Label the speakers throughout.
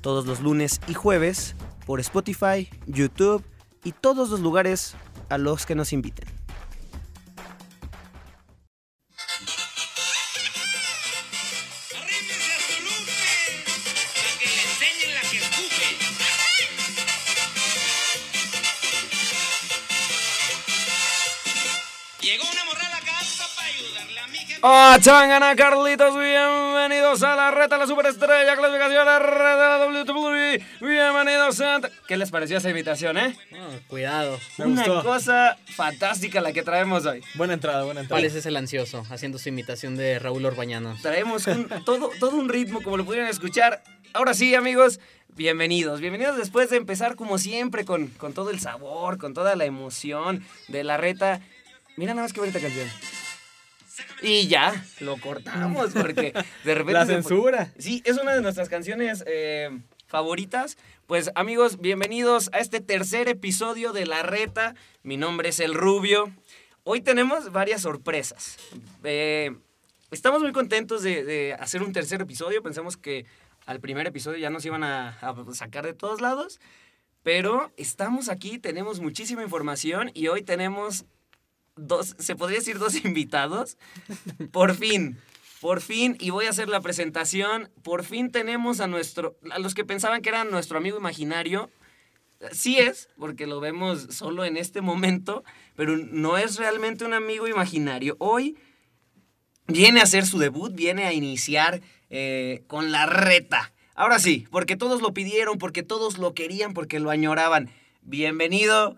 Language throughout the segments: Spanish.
Speaker 1: todos los lunes y jueves por Spotify, YouTube y todos los lugares a los que nos inviten.
Speaker 2: Arrímense a su lumbre, para que le enseñen la que escupe. Llegó una morra a la casa para ayudarle a mi jefe.
Speaker 3: ¡Ah, Changana, Carlitos! Bienvenidos a la reta, la superestrella, clasificación, la reta, la WWE. Bienvenidos a... ¿Qué les pareció esa invitación, eh?
Speaker 4: Cuidado.
Speaker 5: Me
Speaker 3: Una
Speaker 5: gustó.
Speaker 3: cosa fantástica la que traemos hoy.
Speaker 5: Buena entrada, buena entrada.
Speaker 4: Pareces el ansioso, haciendo su imitación de Raúl Orbañanos.
Speaker 3: Traemos un- todo, todo un ritmo, como lo pudieron escuchar. Ahora sí, amigos, bienvenidos. Bienvenidos después de empezar, como siempre, con, con todo el sabor, con toda la emoción de la reta. Mira nada más qué bonita canción. Y ya, lo cortamos porque de repente...
Speaker 5: La
Speaker 3: se fue-
Speaker 5: censura.
Speaker 3: Sí, es una de nuestras canciones eh, favoritas. Pues amigos, bienvenidos a este tercer episodio de La Reta. Mi nombre es El Rubio. Hoy tenemos varias sorpresas. Eh, estamos muy contentos de, de hacer un tercer episodio. Pensamos que al primer episodio ya nos iban a- a sacar de todos lados. Pero estamos aquí, tenemos muchísima información y hoy tenemos dos, se podría decir dos invitados. Por fin, por fin, y voy a hacer la presentación. Por fin tenemos a nuestro, a los que pensaban que era nuestro amigo imaginario. Sí es, porque lo vemos solo en este momento, pero no es realmente un amigo imaginario. Hoy viene a hacer su debut, viene a iniciar eh, con la reta. Ahora sí, porque todos lo pidieron, porque todos lo querían, porque lo añoraban. Bienvenido.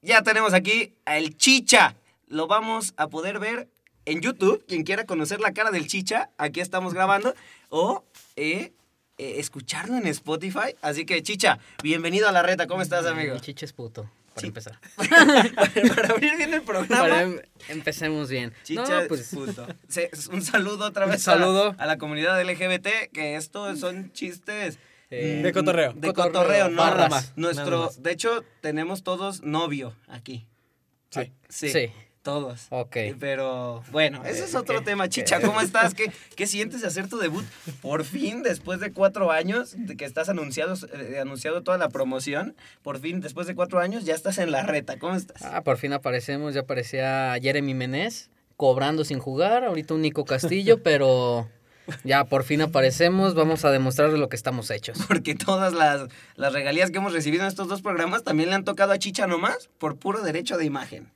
Speaker 3: Ya tenemos aquí a El Chicha. Lo vamos a poder ver en YouTube. Quien quiera conocer la cara del Chicha, aquí estamos grabando. O eh, eh, escucharlo en Spotify. Así que, Chicha, bienvenido a la reta. ¿Cómo estás, amigo?
Speaker 4: Mi chiche es puto, para
Speaker 3: Sí.
Speaker 4: empezar.
Speaker 3: Para abrir bien el programa.
Speaker 4: Para em- empecemos bien.
Speaker 3: Chicha
Speaker 4: no, pues,
Speaker 3: puto. Se- un saludo otra vez
Speaker 4: Un saludo.
Speaker 3: A, la, a la comunidad LGBT, que esto son chistes.
Speaker 4: Eh,
Speaker 3: mm,
Speaker 5: de cotorreo.
Speaker 3: De
Speaker 4: Cotorreo,
Speaker 3: cotorreo, no
Speaker 4: barras,
Speaker 3: más.
Speaker 5: nada
Speaker 3: Nuestro,
Speaker 5: más.
Speaker 3: de hecho, tenemos todos novio aquí.
Speaker 5: Sí.
Speaker 3: Sí.
Speaker 4: Sí.
Speaker 3: Todos. Eh,
Speaker 4: Ok.
Speaker 3: Pero bueno, ese es otro
Speaker 4: Eh,
Speaker 3: tema. Chicha, ¿cómo estás? ¿Qué, ¿Qué sientes de hacer tu debut? Por fin, después de cuatro años de que estás anunciado, eh, anunciado toda la promoción, por fin, después de cuatro años, ya estás en la reta. ¿Cómo estás?
Speaker 4: ah, por fin aparecemos, ya aparecía Jeremy Menés, cobrando sin jugar, ahorita un Nico Castillo, pero ya por fin aparecemos, vamos a demostrar de lo que estamos hechos.
Speaker 3: Porque todas las, las regalías que hemos recibido en estos dos programas también le han tocado a Chicha nomás por puro derecho de imagen.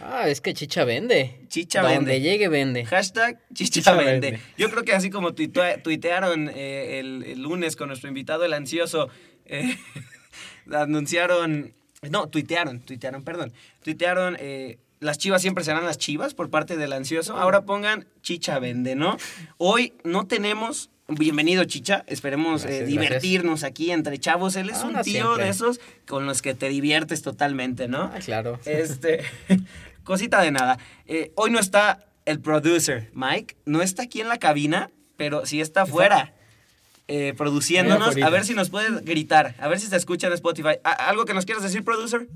Speaker 4: Ah, es que Chicha vende.
Speaker 3: Chicha
Speaker 4: Donde
Speaker 3: vende.
Speaker 4: llegue, vende.
Speaker 3: Hashtag Chicha,
Speaker 5: Chicha
Speaker 3: vende.
Speaker 5: vende.
Speaker 3: Yo creo que así como tuitea- tuitearon eh, el, el lunes con nuestro invitado, el ansioso, eh, anunciaron. No, tuitearon, tuitearon, perdón. Tuitearon. eh, las chivas siempre serán las chivas por parte del ansioso. Ahora pongan chicha vende, ¿no? Hoy no tenemos. Bienvenido, Chicha. Esperemos eh,
Speaker 4: Gracias,
Speaker 3: divertirnos aquí entre chavos. Él es
Speaker 4: Ah,
Speaker 3: un
Speaker 4: no
Speaker 3: tío
Speaker 4: siempre.
Speaker 3: de esos con los que te diviertes totalmente, ¿no?
Speaker 4: Ah, claro.
Speaker 3: Este, cosita de nada. Eh, hoy no está el producer, Mike. No está aquí en la cabina, pero sí está afuera. eh,
Speaker 5: Mira,
Speaker 3: produciéndonos,
Speaker 5: afuera.
Speaker 3: a ver si nos puedes gritar, a ver si se escucha en Spotify. A- ¿Algo que nos quieras decir, producer?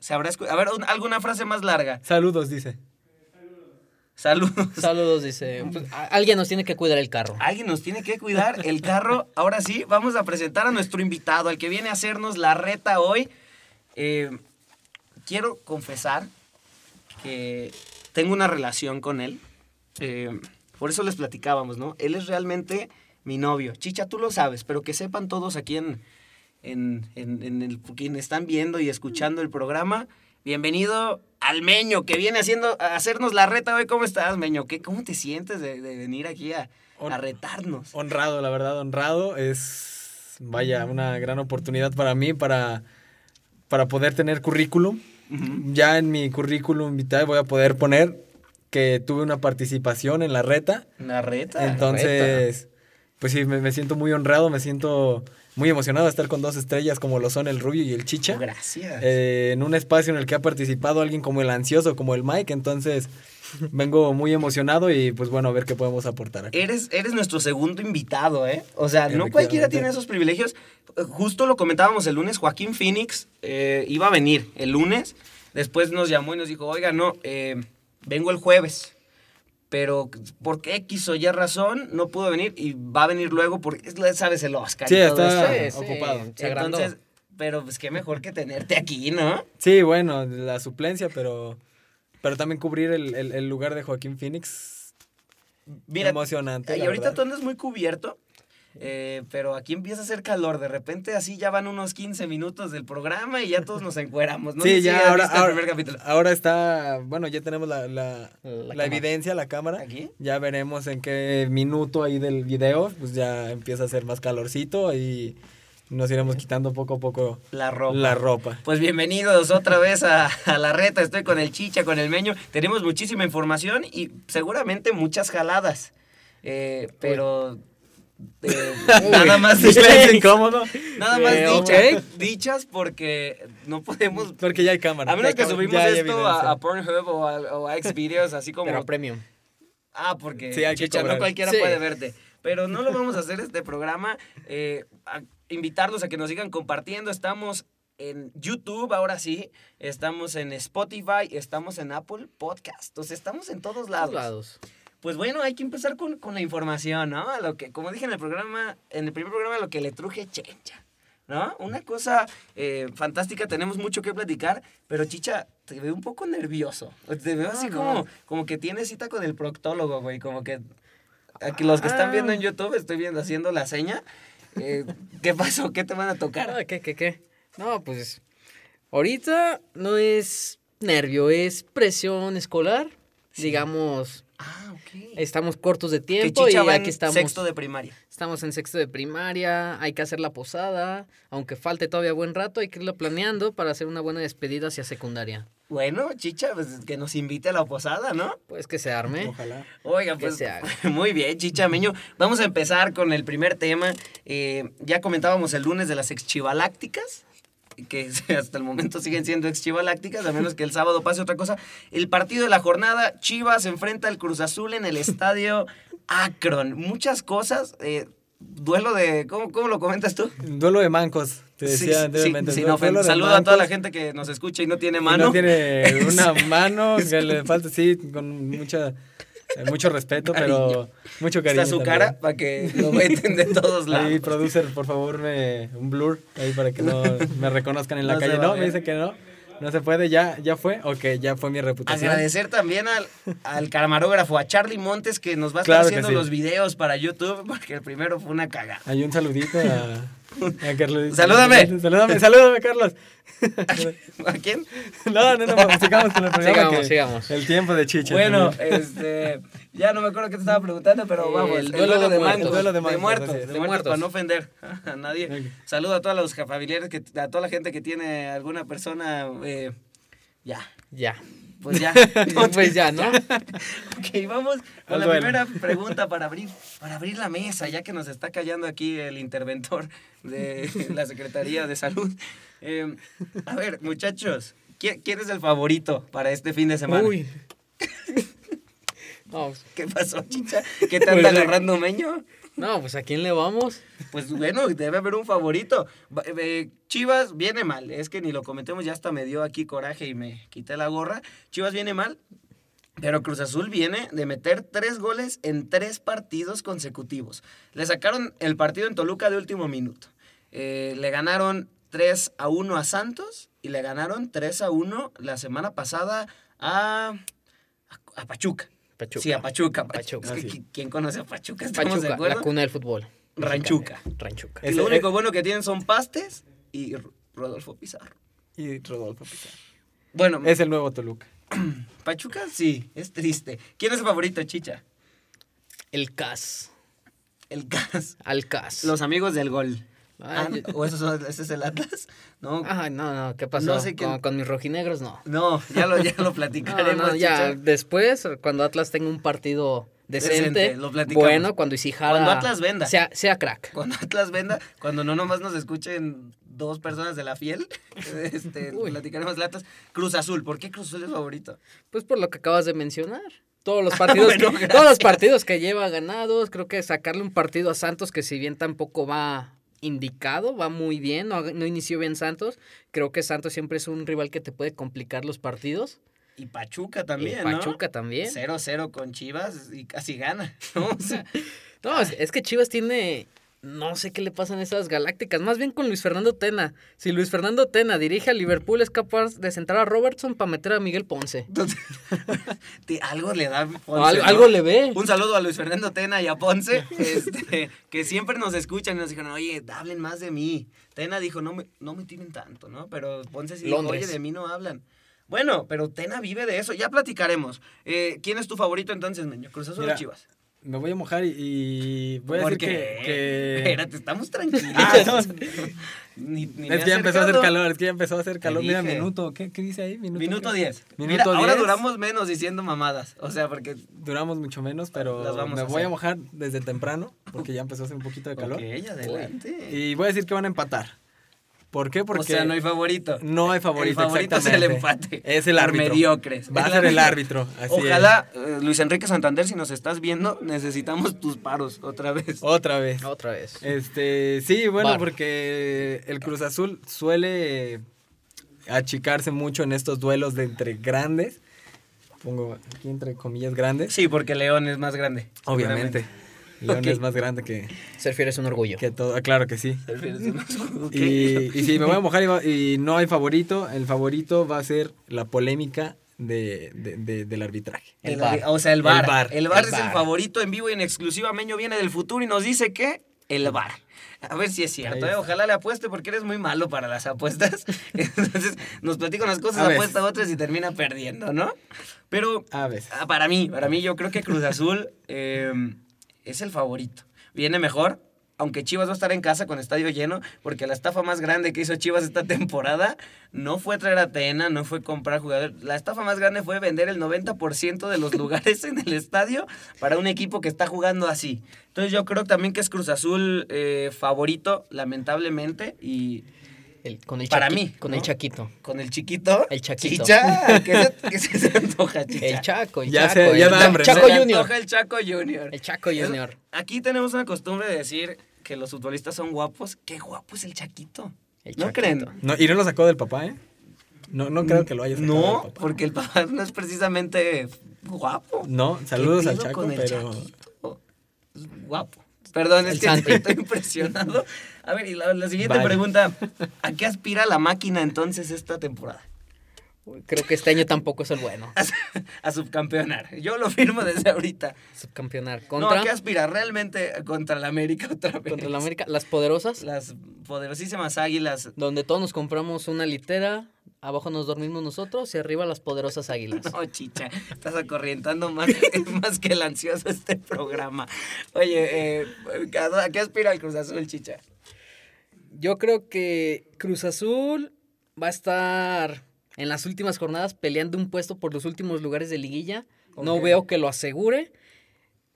Speaker 3: ¿Se habrá escu- A ver, un- alguna frase más larga.
Speaker 5: Saludos, dice.
Speaker 3: Saludos.
Speaker 4: Saludos, dice. pues, a- alguien nos tiene que cuidar el carro.
Speaker 3: Alguien nos tiene que cuidar el carro. Ahora sí, vamos a presentar a nuestro invitado, al que viene a hacernos la reta hoy. Eh, quiero confesar que tengo una relación con él. Eh, por eso les platicábamos, ¿no? Él es realmente mi novio. Chicha, tú lo sabes, pero que sepan todos aquí en, en, en- en el, quienes están viendo y escuchando el programa. Bienvenido al Meño, que viene haciendo, a hacernos la reta hoy. ¿Cómo estás, Meño? ¿Qué, ¿Cómo te sientes de, de venir aquí a,
Speaker 5: Hon-
Speaker 3: a retarnos?
Speaker 5: Honrado, la verdad, honrado. Es, vaya, una gran oportunidad para mí para, para poder tener currículum. Ya en mi currículum vitae voy a poder poner que tuve una participación en Ah, la reta.
Speaker 3: La reta.
Speaker 5: Entonces, pues sí, me, me siento muy honrado, me siento muy emocionado de estar con dos estrellas como lo son el Rubio y el Chicha.
Speaker 3: Gracias.
Speaker 5: eh, en un espacio en el que ha participado alguien como el ansioso, como el Mike, entonces vengo muy emocionado y pues bueno, a ver qué podemos aportar aquí.
Speaker 3: Eres, eres nuestro segundo invitado, ¿eh? O sea, no
Speaker 5: Efectivamente.
Speaker 3: cualquiera tiene esos privilegios. Eh, Justo lo comentábamos el lunes, Joaquín Phoenix eh, iba a venir el lunes, después nos llamó y nos dijo, oiga, no, eh, vengo el jueves, pero por qué X o Y razón no pudo venir y va a venir luego porque, es la- sabes, el Oscar.
Speaker 5: Sí,
Speaker 3: y todo
Speaker 5: está-
Speaker 3: esto.
Speaker 5: Sí, ocupado.
Speaker 4: Se agrandó.
Speaker 3: Entonces, pero pues qué mejor que tenerte aquí, ¿no?
Speaker 5: Sí, bueno, la suplencia, pero, pero también cubrir el, el- el lugar de Joaquín Phoenix.
Speaker 3: Mira,
Speaker 5: Emocionante,
Speaker 3: Y
Speaker 5: la
Speaker 3: ahorita
Speaker 5: verdad.
Speaker 3: tú andas muy cubierto, eh, pero aquí empieza a hacer calor. De repente, así ya van unos 15 minutos del programa y ya todos nos encueramos. No sé
Speaker 5: sí,
Speaker 3: si
Speaker 5: ya
Speaker 3: has
Speaker 5: ahora,
Speaker 3: visto el
Speaker 5: ahora,
Speaker 3: primer capítulo.
Speaker 5: ahora está, bueno, ya tenemos la, la- la
Speaker 4: cámara.
Speaker 5: evidencia, la cámara.
Speaker 3: ¿Aquí?
Speaker 5: Ya veremos en qué minuto ahí del video, pues ya empieza a hacer más calorcito y nos iremos quitando poco a poco
Speaker 3: La ropa.
Speaker 5: La ropa.
Speaker 3: Pues bienvenidos otra vez a, a La Reta. Estoy con el Chicha, con el Meño. Tenemos muchísima información y seguramente muchas jaladas. Eh, pero. eh, nada más
Speaker 5: Silencio
Speaker 3: dichas.
Speaker 5: incómodo.
Speaker 3: Nada más
Speaker 5: Eh,
Speaker 3: dichas.
Speaker 5: ok.
Speaker 3: Dichas porque no podemos.
Speaker 5: Porque ya hay cámara.
Speaker 3: A menos
Speaker 5: Ya
Speaker 3: que
Speaker 5: hay cámara,
Speaker 3: subimos
Speaker 5: ya hay
Speaker 3: esto a,
Speaker 5: evidencia.
Speaker 3: a Pornhub o a, o a Xvideos, así como
Speaker 4: Pero a premium.
Speaker 3: Ah, porque
Speaker 5: Sí, hay que
Speaker 3: chicha, no
Speaker 5: cobrar.
Speaker 3: cualquiera
Speaker 4: Sí.
Speaker 3: puede verte. Pero no lo vamos a hacer este programa. eh, a invitarlos a que nos sigan compartiendo. Estamos en YouTube, ahora sí. Estamos en Spotify, estamos en Apple Podcast. O sea, estamos en todos lados.
Speaker 4: Todos lados.
Speaker 3: Pues bueno, hay que empezar con, con la información, ¿no? A lo que, como dije en el programa, en el primer programa, lo que le truje Chencha. ¿No? Ah, Una cosa eh, fantástica, tenemos mucho que platicar, pero Chicha, te veo un poco nervioso. Te veo así
Speaker 4: no.
Speaker 3: como, como que tienes cita con el proctólogo, güey. Como que aquí los que están
Speaker 5: Ah.
Speaker 3: viendo en YouTube, estoy viendo haciendo la seña. Eh, ¿Qué pasó? ¿Qué te van a tocar?
Speaker 4: Ah, ¿Qué, qué, qué? No, pues. Ahorita no es nervio, es presión escolar. Digamos,
Speaker 3: Ah, ok.
Speaker 4: estamos cortos de
Speaker 3: Que
Speaker 4: tiempo y
Speaker 3: Chicha va
Speaker 4: aquí
Speaker 3: en
Speaker 4: estamos.
Speaker 3: sexto de primaria.
Speaker 4: Estamos en sexto de primaria, hay que hacer la posada, aunque falte todavía buen rato, hay que irlo planeando para hacer una buena despedida hacia secundaria.
Speaker 3: Bueno, Chicha, pues que nos invite a la posada, ¿no?
Speaker 4: Pues que se arme.
Speaker 5: Ojalá.
Speaker 3: Oiga,
Speaker 4: Que
Speaker 3: pues
Speaker 4: se haga.
Speaker 3: muy bien, Chichameño. Vamos a empezar con el primer tema. Eh, ya comentábamos el lunes de las exchivalácticas, que hasta el momento siguen siendo exchivalácticas, a menos que el sábado pase otra cosa. El partido de la jornada, Chivas enfrenta al Cruz Azul en el estadio Akron. Muchas cosas. eh, duelo de. ¿cómo, cómo lo comentas tú?
Speaker 5: Duelo de mancos, te decía
Speaker 3: Sí, sí,
Speaker 5: anteriormente.
Speaker 3: sí, sin
Speaker 5: duelo
Speaker 3: ofen-
Speaker 5: de
Speaker 3: Saludo a toda la
Speaker 5: mancos.
Speaker 3: gente que nos escucha y no tiene
Speaker 5: Que
Speaker 3: mano.
Speaker 5: pues,
Speaker 3: Este,
Speaker 5: No tiene una mano, que le falta, sí, con mucha, eh, mucho respeto, pero mucho cariño.
Speaker 3: Está su
Speaker 5: también.
Speaker 3: cara para que lo veten de todos lados.
Speaker 5: pues. Ahí, producer, por favor, me, un blur ahí para que no me reconozcan en la
Speaker 3: No se
Speaker 5: calle.
Speaker 3: va a
Speaker 5: No, me
Speaker 3: ver.
Speaker 5: dice que no. No se puede, ya, ya fue. Ok, ya fue mi reputación.
Speaker 3: Agradecer también al, al camarógrafo, a Charlie Montes, que nos va a estar
Speaker 5: Claro que
Speaker 3: haciendo
Speaker 5: sí.
Speaker 3: los videos para YouTube, porque el primero fue una cagada.
Speaker 5: Hay un saludito a, a Carlos.
Speaker 3: Salúdame.
Speaker 5: Salúdame, salúdame, Carlos.
Speaker 3: ¿A quién?
Speaker 5: No, no, no, sigamos con el programa.
Speaker 4: Sigamos,
Speaker 5: que
Speaker 4: sigamos.
Speaker 5: El tiempo de chicha.
Speaker 3: Bueno,
Speaker 5: también.
Speaker 3: este, ya no me acuerdo qué te estaba preguntando, pero
Speaker 4: Eh,
Speaker 3: vamos.
Speaker 4: el duelo de muertos.
Speaker 3: mancos,
Speaker 4: El duelo
Speaker 5: de
Speaker 3: De
Speaker 5: mancos,
Speaker 3: muertos,
Speaker 5: así es.
Speaker 3: de
Speaker 4: De
Speaker 3: muertos,
Speaker 4: muertos.
Speaker 3: para no ofender a nadie.
Speaker 5: Ok.
Speaker 3: Saludo a todos los familiares, que, a toda la gente que tiene alguna persona, eh, ya,
Speaker 4: Ya.
Speaker 3: pues ya.
Speaker 4: pues ya, ¿no?
Speaker 3: Ok, vamos con
Speaker 5: Al
Speaker 3: la
Speaker 5: duelo.
Speaker 3: primera pregunta para abrir, para abrir la mesa, ya que nos está callando aquí el interventor de la Secretaría de Salud. Eh, a ver, muchachos, ¿quién, quién es el favorito para este fin de semana?
Speaker 4: Uy. No, pues-
Speaker 3: ¿Qué pasó, chicha? ¿Qué te anda agarrando meño?
Speaker 4: no, pues ¿a quién le vamos?
Speaker 3: Pues bueno, debe haber un favorito. Va- eh, Chivas viene mal, es que ni lo comentemos, ya hasta me dio aquí coraje y me quité la gorra. Chivas viene mal, pero Cruz Azul viene de meter tres goles en tres partidos consecutivos. Le sacaron el partido en Toluca de último minuto. Eh, le ganaron 3 a 1 a Santos y le ganaron 3 a 1 la semana pasada a, a, a Pachuca.
Speaker 4: Pachuca.
Speaker 3: Sí, a Pachuca. Pachuca.
Speaker 4: Pachuca.
Speaker 3: Es que qui- ¿Quién conoce a Pachuca? Estamos de
Speaker 4: Pachuca,
Speaker 3: acuerdo.
Speaker 4: la cuna del fútbol.
Speaker 3: Ranchuca.
Speaker 4: mexicano. Ranchuca.
Speaker 3: Y lo único bueno que tienen son pastes y Ro- Rodolfo Pizarro.
Speaker 5: Y Rodolfo Pizarro.
Speaker 3: Bueno,
Speaker 5: Es el nuevo Toluca.
Speaker 3: Pachuca sí, es triste. ¿Quién es el favorito, Chicha?
Speaker 4: El CAS.
Speaker 3: El Gas.
Speaker 4: Al CAS.
Speaker 3: Los amigos del gol.
Speaker 4: Ay,
Speaker 3: An-
Speaker 4: yo- Ah.
Speaker 3: ¿O esos son- ese es el Atlas? No,
Speaker 4: Ay, no, no, ¿qué pasó?
Speaker 3: No sé qué-
Speaker 4: con, con mis rojinegros, no.
Speaker 3: no ya lo, ya lo
Speaker 4: No,
Speaker 3: platicaremos,
Speaker 4: no, ya
Speaker 3: Chicha.
Speaker 4: después, cuando Atlas tenga un partido decente,
Speaker 3: Decente, lo platicamos.
Speaker 4: bueno, cuando Isijara
Speaker 3: Cuando Atlas venda.
Speaker 4: Sea, sea crack.
Speaker 3: Cuando Atlas venda, cuando no nomás nos escuchen dos personas de la fiel, este,
Speaker 4: Uy.
Speaker 3: platicaremos de Atlas. Cruz Azul, ¿por qué Cruz Azul es favorito?
Speaker 4: Pues por lo que acabas de mencionar. Todos los partidos,
Speaker 3: bueno,
Speaker 4: que,
Speaker 3: gracias.
Speaker 4: todos los partidos que lleva ganados, creo que sacarle un partido a Santos que si bien tampoco va indicado, va muy bien, no, no inició bien Santos, creo que Santos siempre es un rival que te puede complicar los partidos.
Speaker 3: Y Pachuca
Speaker 4: Y
Speaker 3: también, ¿no?
Speaker 4: Pachuca también.
Speaker 3: 0-0 con Chivas y casi gana. ¿no? O sea,
Speaker 4: No, es, es que Chivas tiene. No sé qué le pasan a esas galácticas. Más bien con Luis Fernando Tena. Si Luis Fernando Tena dirige a Liverpool, es capaz de sentar a Robertson para meter a Miguel Ponce.
Speaker 3: entonces, te- algo le da. Ponce,
Speaker 4: O al-
Speaker 3: ¿no?
Speaker 4: algo le ve.
Speaker 3: Un saludo a Luis Fernando Tena y a Ponce, este, que siempre nos escuchan y nos dijeron, oye, hablen más de mí. Tena dijo, no me, no me tiren tanto, ¿no? Pero Ponce sí dijo,
Speaker 4: Londres.
Speaker 3: oye, de mí no hablan. Bueno, pero Tena vive de eso, ya platicaremos. Eh, ¿Quién es tu favorito entonces, Meño? ¿Cruz Azul o
Speaker 5: Mira,
Speaker 3: Chivas?
Speaker 5: Me voy a mojar y, y voy a decir
Speaker 3: Porque,
Speaker 5: que... que-
Speaker 3: espérate, estamos tranquilos.
Speaker 5: Ah, estamos-
Speaker 3: Ni- ni me
Speaker 5: Es que ya
Speaker 3: he
Speaker 5: empezó a hacer
Speaker 3: acercado.
Speaker 5: calor, es que ya empezó a hacer calor. Mira,
Speaker 3: dije.
Speaker 5: minuto, ¿qué, qué dice ahí?
Speaker 3: Minuto
Speaker 5: qué?
Speaker 3: 10. Mira,
Speaker 5: Minuto
Speaker 3: ahora
Speaker 5: 10.
Speaker 3: duramos menos diciendo mamadas. O sea, porque.
Speaker 5: Duramos mucho menos,
Speaker 3: Las
Speaker 5: pero
Speaker 3: vamos
Speaker 5: me
Speaker 3: a
Speaker 5: voy
Speaker 3: hacer.
Speaker 5: a mojar desde temprano, porque ya empezó a hacer un poquito de calor.
Speaker 3: Ok, adelante.
Speaker 5: Y voy a decir que van a empatar. ¿Por qué? Porque
Speaker 3: o sea, no hay favorito.
Speaker 5: no hay favorito,
Speaker 3: El favorito es el
Speaker 5: exactamente.
Speaker 3: empate.
Speaker 5: Es el
Speaker 3: Por
Speaker 5: árbitro.
Speaker 3: mediocres.
Speaker 5: Va a
Speaker 3: Es
Speaker 5: ser
Speaker 3: la-
Speaker 5: el árbitro, así
Speaker 3: Ojalá, eh, Luis Enrique Santander, si nos estás viendo, necesitamos tus paros otra vez.
Speaker 5: otra vez.
Speaker 4: Otra vez.
Speaker 5: Este, sí, bueno,
Speaker 4: Bar.
Speaker 5: porque el Cruz Azul suele achicarse mucho en estos duelos de entre grandes. Pongo aquí entre comillas grandes.
Speaker 3: Sí, porque León es más grande.
Speaker 5: Obviamente. León
Speaker 3: Ok.
Speaker 5: es más grande que,
Speaker 4: Serfir es un orgullo.
Speaker 5: que todo. ah, Claro que sí.
Speaker 3: seguramente. Ok.
Speaker 5: Y, y sí, me voy a mojar y, va- y no hay favorito. El favorito va a ser la polémica de- de- de- del arbitraje.
Speaker 4: El
Speaker 3: El
Speaker 4: VAR.
Speaker 3: arbi- O sea, el bar. El
Speaker 5: El
Speaker 3: bar,
Speaker 5: VAR.
Speaker 4: El
Speaker 3: es el
Speaker 4: VAR.
Speaker 3: favorito en vivo y en exclusiva. Meño viene del futuro y nos dice que el bar. A ver si es cierto.
Speaker 5: Ahí
Speaker 3: ¿eh?
Speaker 5: está.
Speaker 3: Ojalá le apueste porque eres muy malo para las apuestas. Entonces nos platica unas
Speaker 5: A
Speaker 3: cosas,
Speaker 5: ver.
Speaker 3: apuesta otras y termina perdiendo, ¿no? Pero
Speaker 5: A veces.
Speaker 3: ah, para mí, para mí yo creo que Cruz Azul eh, es el favorito. Viene mejor. Aunque Chivas va a estar en casa con estadio lleno, porque la estafa más grande que hizo Chivas esta temporada no fue traer a Atena, no fue comprar jugadores. La estafa más grande fue vender el 90% de los lugares en el estadio para un equipo que está jugando así. Entonces yo creo también que es Cruz Azul eh, favorito, lamentablemente, y
Speaker 4: El- con el
Speaker 3: Para
Speaker 4: chaqui-
Speaker 3: mí,
Speaker 4: Con
Speaker 3: ¿no?
Speaker 4: el chaquito.
Speaker 3: con el chiquito.
Speaker 4: El Chaquito.
Speaker 3: Chicha, ¿qué se, qué se te antoja, chicha?
Speaker 4: El Chaco. El
Speaker 5: Ya
Speaker 4: Chaco.
Speaker 5: sé, ya
Speaker 4: el
Speaker 5: da
Speaker 4: Cha-
Speaker 5: hambre, ¿no?
Speaker 4: Chaco
Speaker 3: Se le
Speaker 4: Junior.
Speaker 3: antoja el Chaco Junior.
Speaker 4: El Chaco
Speaker 3: Es-
Speaker 4: Junior.
Speaker 3: Aquí tenemos una costumbre de decir que los futbolistas son guapos. Qué guapo es el Chaquito.
Speaker 4: El
Speaker 3: ¿No
Speaker 4: Chaquito.
Speaker 3: creen?
Speaker 5: No, y no lo sacó del papá, ¿eh? No, no creo que lo haya sacado
Speaker 3: No,
Speaker 5: del papá.
Speaker 3: porque el papá no es precisamente guapo.
Speaker 5: No, saludos
Speaker 3: ¿Qué
Speaker 5: al
Speaker 3: pedo
Speaker 5: Chaco,
Speaker 3: con el
Speaker 5: pero...
Speaker 3: Chaquito? Es Guapo. Perdón, es
Speaker 4: El
Speaker 3: que
Speaker 4: Santi.
Speaker 3: estoy impresionado. A ver, y la, la siguiente
Speaker 5: Vaya.
Speaker 3: pregunta. ¿A qué aspira la máquina entonces esta temporada?
Speaker 4: Uy, Creo que este año tampoco es el bueno.
Speaker 3: A, a subcampeonar. Yo lo firmo desde ahorita.
Speaker 4: Subcampeonar.
Speaker 3: No, ¿a
Speaker 4: Contra,
Speaker 3: qué aspira? Realmente contra la América otra vez.
Speaker 4: contra la América. Las poderosas.
Speaker 3: Las poderosísimas águilas.
Speaker 4: Donde todos nos compramos una litera. Abajo nos dormimos nosotros y arriba las poderosas águilas.
Speaker 3: No, chicha, estás acorrientando más, más que el ansioso este programa. Oye, eh, ¿a qué aspira el Cruz Azul, chicha?
Speaker 4: Yo creo que Cruz Azul va a estar en las últimas jornadas peleando un puesto por los últimos lugares de liguilla. No
Speaker 3: Ok.
Speaker 4: veo que lo asegure.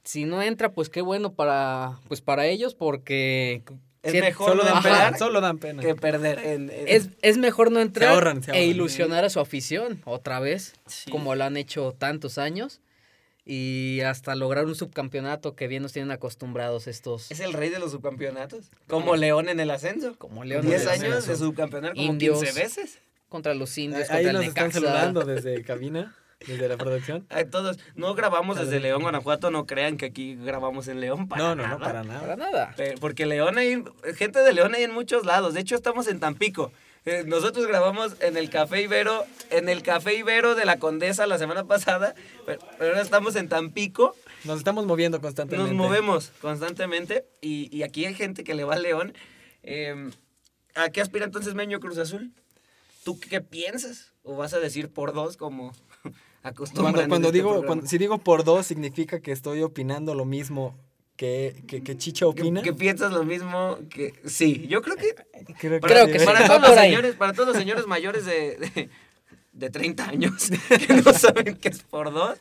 Speaker 4: Si no entra, pues qué bueno para, pues para ellos porque...
Speaker 3: Es
Speaker 4: si-
Speaker 3: mejor
Speaker 5: Solo
Speaker 3: no
Speaker 5: dan
Speaker 4: Ajá.
Speaker 5: pena,
Speaker 3: esperar
Speaker 5: solo dan pena.
Speaker 3: que perder. en- en-
Speaker 4: Es, es mejor no entrar
Speaker 5: ahorran, se
Speaker 4: e
Speaker 5: ahorran.
Speaker 4: ilusionar a su afición otra vez,
Speaker 3: Sí.
Speaker 4: como lo han hecho tantos años, y hasta lograr un subcampeonato que bien nos tienen acostumbrados estos.
Speaker 3: es el rey de los subcampeonatos. Como León en el ascenso.
Speaker 4: Como León
Speaker 3: 10
Speaker 4: en el
Speaker 3: años
Speaker 4: ascenso.
Speaker 3: de subcampeonar como
Speaker 4: Indios.
Speaker 3: 15 veces.
Speaker 4: Contra los indios,
Speaker 5: Ahí
Speaker 4: contra el
Speaker 5: nos están
Speaker 4: Necaxa.
Speaker 5: saludando desde cabina, desde la producción.
Speaker 3: Ay, todos, no grabamos desde León, Guanajuato. No crean que aquí grabamos en León. Para
Speaker 5: No, no, no,
Speaker 3: nada.
Speaker 5: para
Speaker 4: Para
Speaker 5: nada.
Speaker 4: nada.
Speaker 3: Pe- Eh, Porque León hay, gente de León hay en muchos lados. De hecho, estamos en Tampico. Eh, nosotros grabamos en el Café Ibero, en el Café Ibero de la Condesa la semana pasada, pero, pero ahora estamos en Tampico.
Speaker 5: Nos estamos moviendo constantemente.
Speaker 3: Nos movemos constantemente y, y aquí hay gente que le va a León. Eh, ¿A qué aspira entonces Meño Cruz Azul? ¿Tú qué piensas? ¿O vas a decir por dos como acostumbran?
Speaker 5: Cuando,
Speaker 3: en
Speaker 5: cuando
Speaker 3: este
Speaker 5: digo,
Speaker 3: programa?
Speaker 5: cuando- si digo por dos, significa que estoy opinando lo mismo que, que, que Chicha opina.
Speaker 3: ¿Que, que piensas lo mismo que... Sí, yo creo que
Speaker 5: Creo
Speaker 4: Creo
Speaker 5: sí.
Speaker 4: que sí.
Speaker 3: para
Speaker 4: Va
Speaker 3: todos
Speaker 4: por
Speaker 3: los
Speaker 4: ahí.
Speaker 3: señores, para todos los señores mayores de, de, de 30 años que no saben qué es por dos,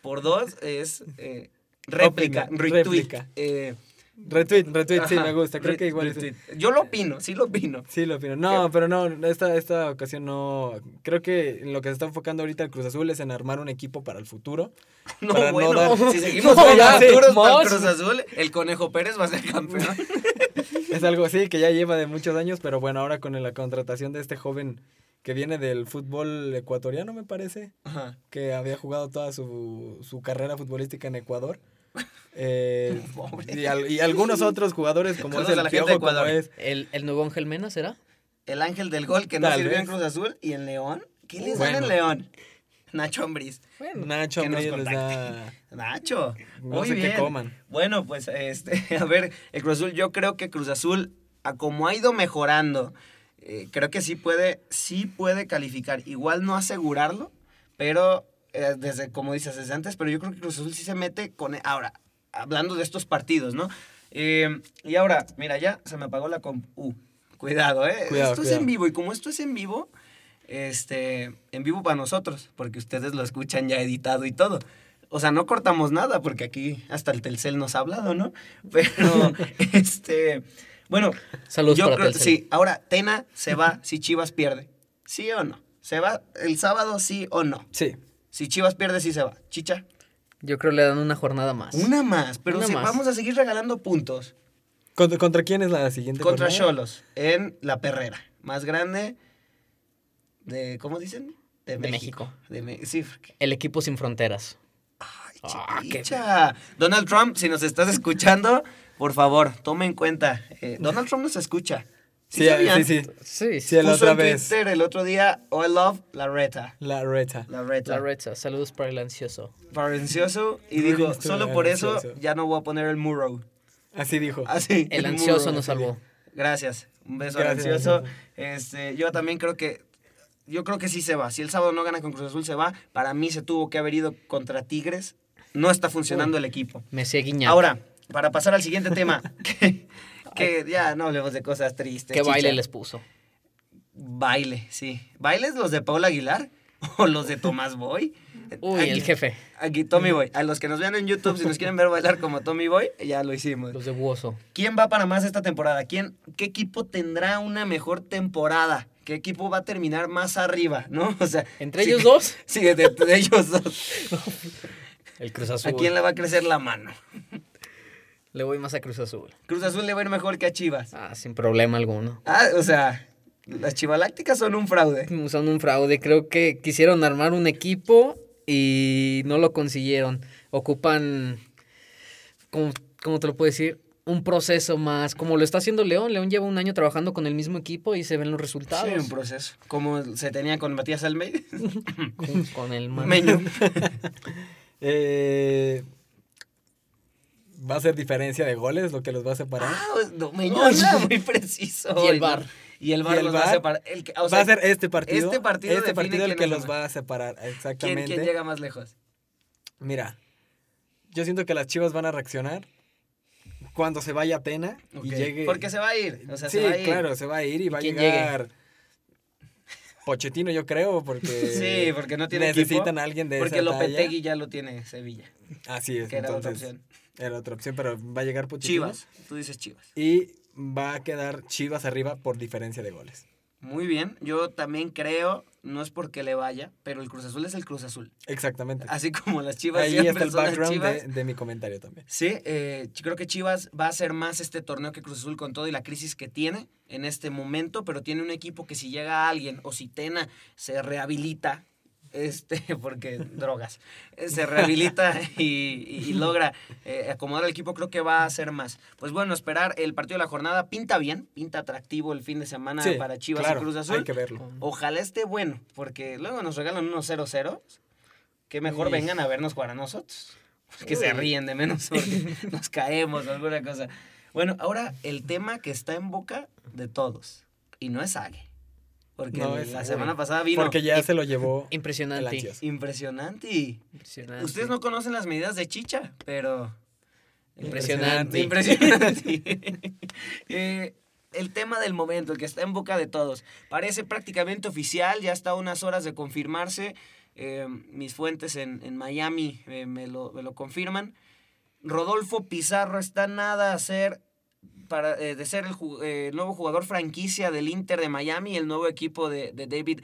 Speaker 3: por dos es eh, réplica,
Speaker 5: Opina,
Speaker 3: retweet.
Speaker 5: réplica.
Speaker 3: eh,
Speaker 5: Retweet, retweet, sí,
Speaker 3: ajá,
Speaker 5: me gusta. Creo
Speaker 3: re-
Speaker 5: que igual es-
Speaker 3: retweet. Yo lo opino, sí lo opino.
Speaker 5: Sí, lo opino. No, pero no, esta, esta ocasión no. Creo que en lo que se está enfocando ahorita el Cruz Azul es en armar un equipo para el futuro.
Speaker 3: No,
Speaker 5: Para no
Speaker 3: bueno,
Speaker 5: dar-
Speaker 3: si seguimos
Speaker 5: No,
Speaker 3: con
Speaker 5: ya, sí,
Speaker 3: duros para
Speaker 5: más.
Speaker 3: el Cruz Azul, el Conejo Pérez va a ser campeón.
Speaker 5: Es algo así que ya lleva de muchos años, pero bueno, ahora con la contratación de este joven que viene del fútbol ecuatoriano, me parece,
Speaker 3: Ajá.
Speaker 5: que había jugado toda su, su carrera futbolística en Ecuador. Eh, y, al- y algunos otros jugadores como
Speaker 3: Saludos
Speaker 5: es
Speaker 3: a
Speaker 5: el
Speaker 3: la gente
Speaker 5: Piojo,
Speaker 3: de
Speaker 5: como
Speaker 3: Ecuador.
Speaker 5: es.
Speaker 4: ¿El, el nuevo Ángel Mena será?
Speaker 3: El ángel del gol que no
Speaker 5: Tal
Speaker 3: sirvió en
Speaker 5: vez.
Speaker 3: Cruz Azul y en León. ¿Qué les
Speaker 5: Bueno.
Speaker 3: dan en León? Nacho Ambriz.
Speaker 5: Nacho
Speaker 3: que nos
Speaker 5: Ambriz les da-
Speaker 3: Nacho.
Speaker 5: No
Speaker 3: muy
Speaker 5: sé qué
Speaker 3: bien.
Speaker 5: coman.
Speaker 3: Bueno, pues este, a ver, el Cruz Azul, yo creo que Cruz Azul, a como ha ido mejorando, eh, creo que sí puede, sí puede calificar. Igual no asegurarlo, pero eh, desde, como dices, desde antes, pero yo creo que Cruz Azul sí se mete con. Ahora, hablando de estos partidos, ¿no? Eh, y ahora, mira, ya se me apagó la compu. Uh, cuidado, ¿eh?
Speaker 5: Cuidado,
Speaker 3: esto es
Speaker 5: cuidado.
Speaker 3: en vivo, y como esto es en vivo, este, en vivo para nosotros, porque ustedes lo escuchan ya editado y todo. O sea, no cortamos nada, porque aquí hasta el Telcel nos ha hablado, ¿no? Pero, este, bueno.
Speaker 4: Saludos
Speaker 3: yo
Speaker 4: para
Speaker 3: creo-
Speaker 4: Telcel.
Speaker 3: Sí, ahora, Tena se va si Chivas pierde. ¿Sí o no? ¿Se va el sábado sí o no?
Speaker 5: Sí.
Speaker 3: Si Chivas pierde, sí se va. Chicha,
Speaker 4: Yo creo le dan una jornada más.
Speaker 3: una más, pero
Speaker 4: Una
Speaker 3: sí,
Speaker 4: más.
Speaker 3: vamos a seguir regalando puntos.
Speaker 5: ¿Contra, contra quién es la siguiente?
Speaker 3: Contra
Speaker 5: jornada?
Speaker 3: Cholos, en La Perrera. Más grande de, ¿cómo dicen? De
Speaker 4: México.
Speaker 3: De Me- sí, porque-
Speaker 4: El equipo sin fronteras. Ah,
Speaker 3: Ay,
Speaker 4: qué-
Speaker 3: chicha. Donald Trump, si nos estás escuchando, por favor, tome en cuenta. eh, Donald Trump nos escucha.
Speaker 5: Sí, eh,
Speaker 3: sabían?
Speaker 5: sí, sí.
Speaker 4: Sí,
Speaker 5: Sí, la
Speaker 3: Puso
Speaker 5: otra
Speaker 3: en
Speaker 5: vez.
Speaker 3: Twitter el otro día, oh, I love La Reta.
Speaker 5: La reta.
Speaker 3: La Reta.
Speaker 4: La Reza, saludos para el ansioso.
Speaker 3: Parencioso, Y
Speaker 5: Ruining
Speaker 3: dijo,
Speaker 5: to
Speaker 3: solo por eso
Speaker 5: Parencioso.
Speaker 3: ya no voy a poner el muro.
Speaker 5: Así dijo.
Speaker 3: Así.
Speaker 4: El
Speaker 3: muro.
Speaker 4: ansioso nos salvó.
Speaker 3: Gracias. Un beso
Speaker 5: Gracias,
Speaker 3: al ansioso.
Speaker 5: gracias.
Speaker 3: Este, yo también creo que. Yo creo que sí se va. Si el sábado no gana con Cruz Azul, se va. Para mí se tuvo que haber ido contra Tigres. No está funcionando el equipo.
Speaker 4: Me sé guiñar.
Speaker 3: Ahora, para pasar al siguiente tema. que, que ya no hablemos de cosas tristes.
Speaker 4: ¿qué
Speaker 3: chicha.
Speaker 4: baile les puso?
Speaker 3: Baile, sí. ¿Bailes los de Paula Aguilar? ¿O los de Tomás Boy?
Speaker 4: Uy, el
Speaker 3: Aquí-
Speaker 4: jefe.
Speaker 3: Aquí Tommy Boy. A los que nos vean en YouTube, si nos quieren ver bailar como Tommy Boy, ya lo hicimos.
Speaker 4: Los de Buoso.
Speaker 3: ¿Quién va para más esta temporada? ¿Quién, ¿Qué equipo tendrá una mejor temporada? ¿Qué equipo va a terminar más arriba? ¿No? O sea.
Speaker 4: ¿Entre
Speaker 3: sí-
Speaker 4: ellos dos?
Speaker 3: Sí, de, de ellos dos.
Speaker 4: El Cruz Azul.
Speaker 3: ¿A quién le va a crecer la mano?
Speaker 4: Le voy más a Cruz Azul.
Speaker 3: Cruz Azul le va a ir mejor que a Chivas.
Speaker 4: Ah, sin problema alguno.
Speaker 3: Ah, o sea, las chivalácticas son un fraude.
Speaker 4: Son un fraude. Creo que quisieron armar un equipo y no lo consiguieron. Ocupan, ¿cómo, cómo te lo puedo decir? Un proceso más. Como lo está haciendo León. León lleva un año trabajando con el mismo equipo y se ven los
Speaker 3: Sí,
Speaker 4: resultados.
Speaker 3: un proceso. Como se tenía con Matías Almeida.
Speaker 4: con, con el man-
Speaker 3: Meño.
Speaker 5: Eh, va a ser diferencia de goles lo que los va a separar.
Speaker 3: Ah, no, Meño habla muy preciso.
Speaker 4: Y el
Speaker 3: hoy, ¿no?
Speaker 4: VAR.
Speaker 3: Y el
Speaker 5: Y
Speaker 3: bar
Speaker 5: el
Speaker 3: los va a
Speaker 5: VAR
Speaker 3: separar. El que- o
Speaker 5: va
Speaker 3: sea,
Speaker 5: a ser este partido.
Speaker 3: este partido
Speaker 5: este
Speaker 3: define
Speaker 5: partido el
Speaker 3: quién
Speaker 5: que
Speaker 3: es
Speaker 5: los
Speaker 3: mejor.
Speaker 5: va a separar.
Speaker 3: ¿quién,
Speaker 5: Exactamente.
Speaker 3: quién llega más lejos?
Speaker 5: Mira, yo siento que las Chivas van a reaccionar cuando se vaya Atena y
Speaker 3: Ok.
Speaker 5: llegue.
Speaker 3: Porque se va a ir. O sea,
Speaker 5: sí,
Speaker 3: se va a ir.
Speaker 5: claro, se va a ir y va a
Speaker 4: quién
Speaker 5: llegar. Pochettino, yo creo, porque.
Speaker 3: Sí, porque no tiene
Speaker 5: necesitan
Speaker 3: equipo,
Speaker 5: a alguien de
Speaker 3: Porque
Speaker 5: esa
Speaker 3: Lopetegui ya lo tiene Sevilla,
Speaker 5: talla. Así es.
Speaker 3: que era otra
Speaker 5: entonces,
Speaker 3: opción.
Speaker 5: Era otra opción, pero va a llegar Pochettino.
Speaker 3: Chivas, tú dices Chivas.
Speaker 5: Y va a quedar Chivas arriba por diferencia de goles.
Speaker 3: Muy bien, yo también creo, no es porque le vaya, pero el Cruz Azul es el Cruz Azul.
Speaker 5: Exactamente.
Speaker 3: Así como las Chivas
Speaker 5: Ahí
Speaker 3: siempre
Speaker 5: está el
Speaker 3: son las
Speaker 5: background
Speaker 3: Chivas.
Speaker 5: de, de mi comentario también.
Speaker 3: Sí, eh, ch- creo que Chivas va a hacer más este torneo que Cruz Azul con todo y la crisis que tiene en este momento, pero tiene un equipo que si llega alguien o si Tena se rehabilita, este, porque drogas, eh, se rehabilita y, y- y logra eh, acomodar al equipo, creo que va a hacer más. Pues bueno, esperar el partido de la jornada pinta bien, pinta atractivo el fin de semana
Speaker 5: Sí,
Speaker 3: para Chivas
Speaker 5: claro,
Speaker 3: y Cruz
Speaker 5: Hay
Speaker 3: Azul.
Speaker 5: que verlo.
Speaker 3: Ojalá esté bueno, porque luego nos regalan unos 0-0. Que mejor
Speaker 4: Uy.
Speaker 3: vengan a vernos jugar a nosotros. Que se
Speaker 4: Uy.
Speaker 3: ríen de menos porque nos caemos o alguna cosa. Bueno, ahora el tema que está en boca de todos. Y no es Ague. Porque
Speaker 5: No,
Speaker 3: la
Speaker 5: es- uy.
Speaker 3: semana pasada vino
Speaker 5: Porque ya se lo llevó el
Speaker 4: Impresionante.
Speaker 5: ansioso.
Speaker 3: impresionante. y-
Speaker 4: Impresionante.
Speaker 3: Ustedes no conocen las medidas de Chicha, pero...
Speaker 4: Impresionante.
Speaker 3: Impresionante. Eh, el tema del momento, el que está en boca de todos. Parece prácticamente oficial, ya está a unas horas de confirmarse. Eh, mis fuentes en, en Miami eh, me, lo, me lo confirman. Rodolfo Pizarro está nada a ser para, eh, de ser el, ju- eh, el nuevo jugador franquicia del Inter de Miami, el nuevo equipo de, de David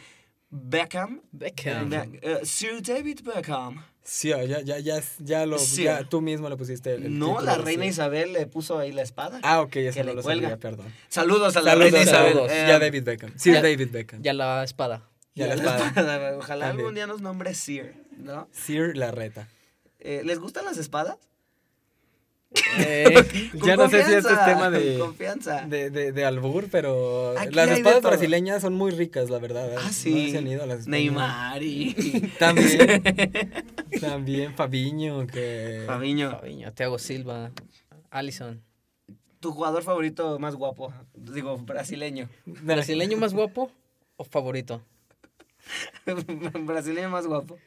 Speaker 3: Beckham.
Speaker 4: Beckham.
Speaker 3: Be- eh, Sir David Beckham.
Speaker 5: Sí, ah, ya, ya, ya, es- ya lo,
Speaker 3: Sí.
Speaker 5: ya tú mismo le pusiste el, el
Speaker 3: No,
Speaker 5: título,
Speaker 3: la
Speaker 5: sí.
Speaker 3: reina Isabel le puso ahí la espada.
Speaker 5: Ah, ok, eso
Speaker 3: que
Speaker 5: no
Speaker 3: le
Speaker 5: lo
Speaker 3: cuelga.
Speaker 5: sabía, perdón.
Speaker 3: Saludos a la
Speaker 5: Saludos,
Speaker 3: reina Isabel.
Speaker 5: saludos.
Speaker 3: Eh,
Speaker 5: ya David Beckham. Sí,
Speaker 4: Ya-
Speaker 5: David Beckham.
Speaker 4: Ya la espada.
Speaker 5: Ya la espada.
Speaker 3: espada. Ojalá
Speaker 5: También.
Speaker 3: algún día nos nombre Sir, ¿no?
Speaker 5: Sir Larreta.
Speaker 3: Eh, ¿Les gustan las espadas?
Speaker 4: Eh,
Speaker 3: Con
Speaker 5: Ya no sé si este es
Speaker 3: confianza,
Speaker 5: tema
Speaker 3: con
Speaker 5: de,
Speaker 3: Confianza.
Speaker 5: de, de, de albur, pero
Speaker 3: Aquí
Speaker 5: las
Speaker 3: hay de
Speaker 5: espadas
Speaker 3: todo.
Speaker 5: brasileñas son muy ricas, la verdad. ¿eh?
Speaker 3: ah,
Speaker 5: No
Speaker 3: sí.
Speaker 5: se han ido las españolas.
Speaker 3: Neymar y...
Speaker 5: También. también Fabiño, que...
Speaker 3: Fabiño,
Speaker 4: Fabiño, Thiago Silva, Allison.
Speaker 3: tu jugador favorito más guapo, digo, brasileño.
Speaker 4: ¿Brasileño más guapo o favorito?
Speaker 3: brasileño más guapo.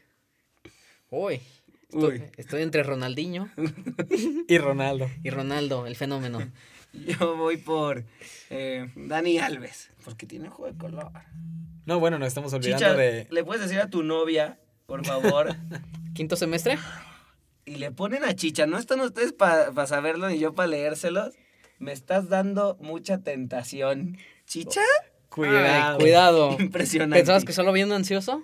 Speaker 4: Uy. esto-
Speaker 3: Uy.
Speaker 4: Estoy entre Ronaldinho
Speaker 5: Y Ronaldo.
Speaker 4: y Ronaldo, el fenómeno.
Speaker 3: Yo voy por eh, Dani Alves, porque tiene juego de color.
Speaker 5: No, bueno, nos estamos olvidando
Speaker 3: Chicha,
Speaker 5: de...
Speaker 3: le puedes decir a tu novia, por favor,
Speaker 4: ¿Quinto semestre?
Speaker 3: y le ponen a Chicha. No están ustedes para saberlo ni yo para leérselos. Me estás dando mucha tentación. ¿Chicha?
Speaker 5: Cuidado.
Speaker 4: Ay, cuidado.
Speaker 3: Impresionante.
Speaker 4: ¿Pensabas que solo había un ansioso?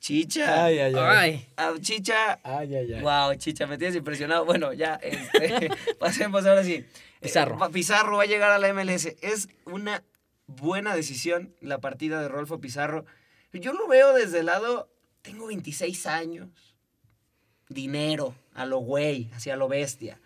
Speaker 3: Chicha.
Speaker 5: Ay, ay, ay.
Speaker 4: Ay.
Speaker 3: Ah, Chicha.
Speaker 5: Ay, ay, ay.
Speaker 3: Wow, chicha, me tienes impresionado. Bueno, ya, este, pasemos ahora sí.
Speaker 4: Pizarro.
Speaker 3: Eh, va- Pizarro va a llegar a la MLS. Es una buena decisión la partida de Rolfo Pizarro. Yo lo veo desde el lado, tengo 26 años, dinero, a lo güey, hacia lo bestia.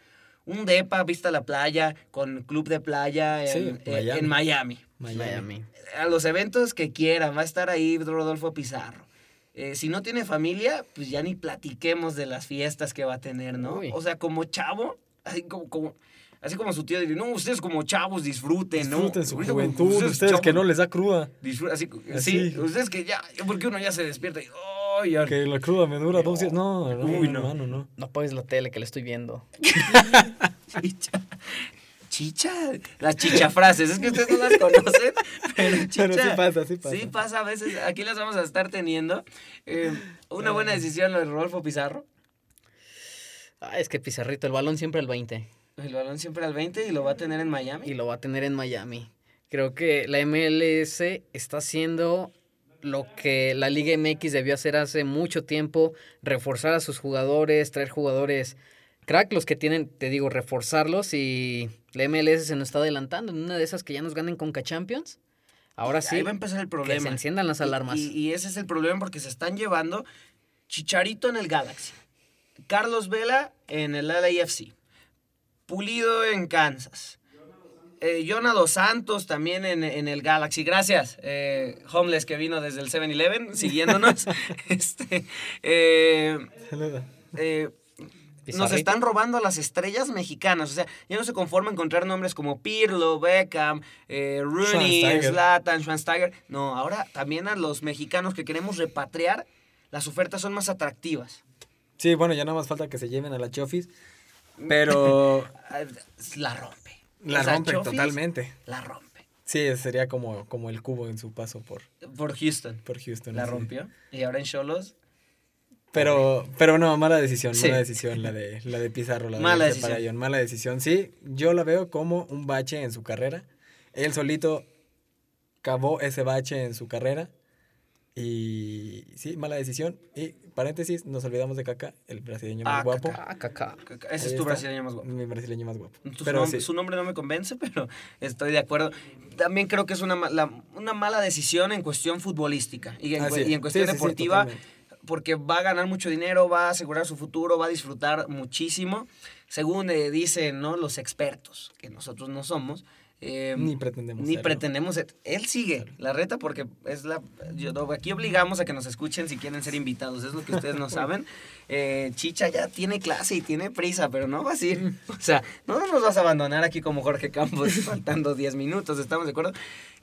Speaker 3: Un depa, vista a la playa, con club de playa en,
Speaker 5: Sí,
Speaker 3: eh,
Speaker 5: Miami.
Speaker 3: en Miami
Speaker 4: Miami.
Speaker 3: a los eventos que quiera, va a estar ahí Rodolfo Pizarro. Eh, si no tiene familia, pues ya ni platiquemos de las fiestas que va a tener, ¿no?
Speaker 4: Uy.
Speaker 3: O sea, como chavo, así como, como- así como su tío diría, no, ustedes como chavos disfruten, ¿no? pues,
Speaker 5: Disfruten su
Speaker 3: Ahorita como
Speaker 5: juventud, ustedes,
Speaker 3: chavos,
Speaker 5: que no les da cruda.
Speaker 3: disfr- así,
Speaker 5: Así.
Speaker 3: Sí, ustedes que ya, porque uno ya se despierta y, ¡ay! ya".
Speaker 5: Que la cruda me dura dos días. No, no,
Speaker 3: Uy, no.
Speaker 5: hermano, no.
Speaker 4: No apagues la tele que la estoy viendo.
Speaker 3: Chicha. Chicha. Las chichafrases. Es que ustedes no las conocen. Pero chicha.
Speaker 5: Pero sí pasa, sí pasa.
Speaker 3: Sí pasa a veces. Aquí las vamos a estar teniendo. Eh, una buena decisión lo de Rodolfo Pizarro.
Speaker 4: Ah, es que Pizarrito, el balón siempre al 20.
Speaker 3: El balón siempre al 20 y lo va a tener en
Speaker 4: Y
Speaker 3: Miami.
Speaker 4: lo va a tener en Miami. Creo que la MLS está haciendo lo que la Liga MX debió hacer hace mucho tiempo, reforzar a sus jugadores, traer jugadores crack, los que tienen, te digo, reforzarlos y la MLS se nos está adelantando en una de esas que ya nos ganen Conca Champions. Ahora sí,
Speaker 3: Ahí va a empezar el problema.
Speaker 4: que se enciendan las alarmas.
Speaker 3: Y, y ese es el problema porque se están llevando Chicharito en el Galaxy, Carlos Vela en el LAFC, Pulido en Kansas, eh, Jonah Dos Santos también en, en el Galaxy. Gracias, eh, Homeless que vino desde el 7-Eleven siguiéndonos. este, eh,
Speaker 5: Saluda.
Speaker 3: eh, nos
Speaker 4: Pizarrito.
Speaker 3: están robando las estrellas mexicanas. O sea, ya no se conforma encontrar nombres como Pirlo, Beckham, eh, Rooney,
Speaker 5: Schweinsteiger.
Speaker 3: Zlatan, Schwansteiger. No, ahora también a los mexicanos que queremos repatriar, las ofertas son más atractivas.
Speaker 5: Sí, bueno, ya nada más falta que se lleven a la Chofis. Pero
Speaker 3: Ah, La rompe.
Speaker 5: la
Speaker 3: O sea,
Speaker 5: rompen
Speaker 3: Chofis
Speaker 5: totalmente.
Speaker 3: La rompe.
Speaker 5: Sí, sería como, como el cubo en su paso por,
Speaker 3: Por Houston.
Speaker 5: por Houston.
Speaker 3: La
Speaker 5: así.
Speaker 3: rompió. Y ahora en Cholos.
Speaker 5: Pero, pero no, mala decisión,
Speaker 3: Sí.
Speaker 5: mala decisión la de, la de Pizarro, la de
Speaker 3: Mala
Speaker 5: Vicente
Speaker 3: decisión.
Speaker 5: Parayon, mala decisión. Sí, yo la veo como un bache en su carrera. Él solito cavó ese bache en su carrera. Y sí, mala decisión. Y paréntesis, nos olvidamos de Caca, el brasileño más
Speaker 3: Ah,
Speaker 5: guapo.
Speaker 4: Ah, caca.
Speaker 3: Ese
Speaker 5: Ahí
Speaker 3: es tu
Speaker 5: está,
Speaker 3: brasileño más guapo.
Speaker 5: Mi brasileño más guapo.
Speaker 3: Su,
Speaker 5: Pero
Speaker 3: nom-
Speaker 5: sí,
Speaker 3: su nombre no me convence, pero estoy de acuerdo. También creo que es una, ma- la- una mala decisión en cuestión futbolística y en,
Speaker 5: Ah,
Speaker 3: cue-
Speaker 5: sí.
Speaker 3: y en cuestión
Speaker 5: Sí, sí, sí,
Speaker 3: deportiva,
Speaker 5: totalmente.
Speaker 3: porque va a ganar mucho dinero, va a asegurar su futuro, va a disfrutar muchísimo, según eh, dicen ¿no? los expertos, que nosotros no somos. eh,
Speaker 5: ni pretendemos.
Speaker 3: ni
Speaker 5: serlo.
Speaker 3: pretendemos. ser- Él sigue la reta porque es la. yo- no, aquí obligamos a que nos escuchen si quieren ser invitados. Es lo que ustedes no saben. Eh, Chicha ya tiene clase y tiene prisa, pero no vas a ir. O sea, no nos vas a abandonar aquí como Jorge Campos faltando 10 minutos. ¿Estamos de acuerdo?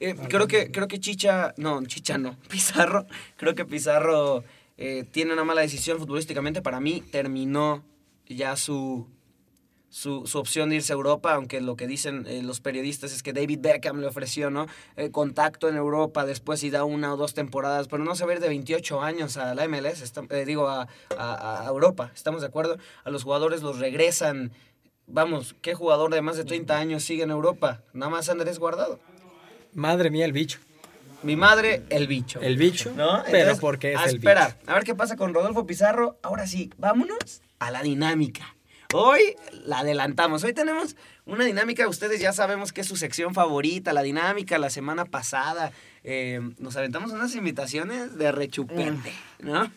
Speaker 3: Eh, creo, que, creo que Chicha. No, Chicha no. Pizarro. Creo que Pizarro eh, tiene una mala decisión futbolísticamente. Para mí, terminó ya su su, su opción de irse a Europa, aunque lo que dicen eh, los periodistas es que David Beckham le ofreció, ¿no? Eh, contacto en Europa, después si da una o dos temporadas, pero no se va a ir de 28 años a la MLS, está- eh, digo, a, a- a Europa, ¿estamos de acuerdo? A los jugadores los regresan. Vamos, ¿qué jugador de más de 30 años sigue en Europa? Nada más Andrés Guardado.
Speaker 5: Madre mía, el bicho.
Speaker 3: Mi madre, el bicho.
Speaker 5: El bicho.
Speaker 3: ¿No?
Speaker 5: Pero
Speaker 3: Entonces,
Speaker 5: porque es
Speaker 3: a
Speaker 5: el
Speaker 3: esperar.
Speaker 5: bicho.
Speaker 3: A ver qué pasa con Rodolfo Pizarro. Ahora sí, vámonos a la dinámica. Hoy la adelantamos. Hoy tenemos una dinámica. Ustedes ya sabemos que es su sección favorita, la dinámica. La semana pasada eh, nos aventamos unas invitaciones de rechupete,
Speaker 5: Mm.
Speaker 3: ¿no?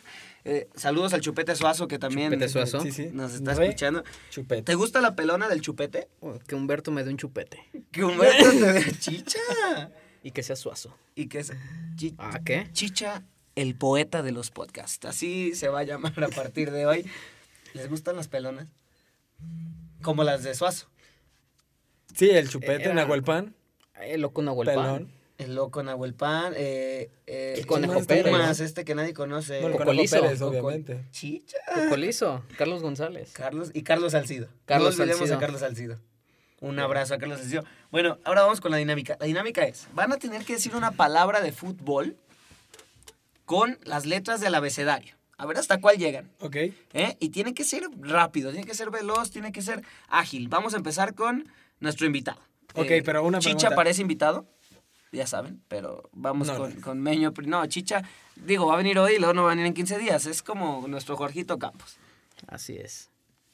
Speaker 3: Eh, saludos al Chupete Suazo que también
Speaker 4: Chupete Suazo.
Speaker 5: Sí, sí.
Speaker 3: nos está
Speaker 5: Re
Speaker 3: escuchando.
Speaker 5: chupete.
Speaker 3: ¿Te gusta la pelona del Chupete?
Speaker 4: Oh, Que Humberto me dé un chupete.
Speaker 3: Que Humberto te dé chicha.
Speaker 4: Y que sea suazo.
Speaker 3: Y que es chi-
Speaker 4: ¿Ah, qué?
Speaker 3: Chicha, el poeta de los podcasts. Así se va a llamar a partir de hoy. ¿Les gustan las pelonas? Como las de Suazo.
Speaker 5: Sí, el chupete,
Speaker 4: Era-
Speaker 5: Nahuelpan,
Speaker 4: El loco no
Speaker 5: pelón.
Speaker 3: El loco Nahuel Pan, eh, eh,
Speaker 4: El Conejo
Speaker 3: Pumas,
Speaker 4: Pérez,
Speaker 3: Pumas, este que nadie conoce.
Speaker 5: No, el
Speaker 4: Coco
Speaker 5: Conejo
Speaker 4: Liso,
Speaker 5: Pérez,
Speaker 4: Coco-
Speaker 5: obviamente.
Speaker 3: Chicha.
Speaker 4: Cocolizo. Carlos González.
Speaker 3: Carlos y Carlos Salcido.
Speaker 4: Carlos
Speaker 3: no olvidemos
Speaker 4: Salcido.
Speaker 3: a Carlos Salcido. Un abrazo a Carlos Salcido. Bueno, ahora vamos con la dinámica. La dinámica es, van a tener que decir una palabra de fútbol con las letras del abecedario. A ver hasta cuál llegan.
Speaker 5: Ok.
Speaker 3: ¿eh? Y tiene que ser rápido, tiene que ser veloz, tiene que ser ágil. Vamos a empezar con nuestro invitado. Eh,
Speaker 5: Ok, pero una
Speaker 3: Chicha
Speaker 5: pregunta.
Speaker 3: parece invitado, ya saben, pero vamos
Speaker 5: No,
Speaker 3: con,
Speaker 5: no.
Speaker 3: con Meño. pri- No, Chicha, digo, va a venir hoy y luego no va a venir en 15 días. Es como nuestro Jorgito Campos.
Speaker 4: Así es.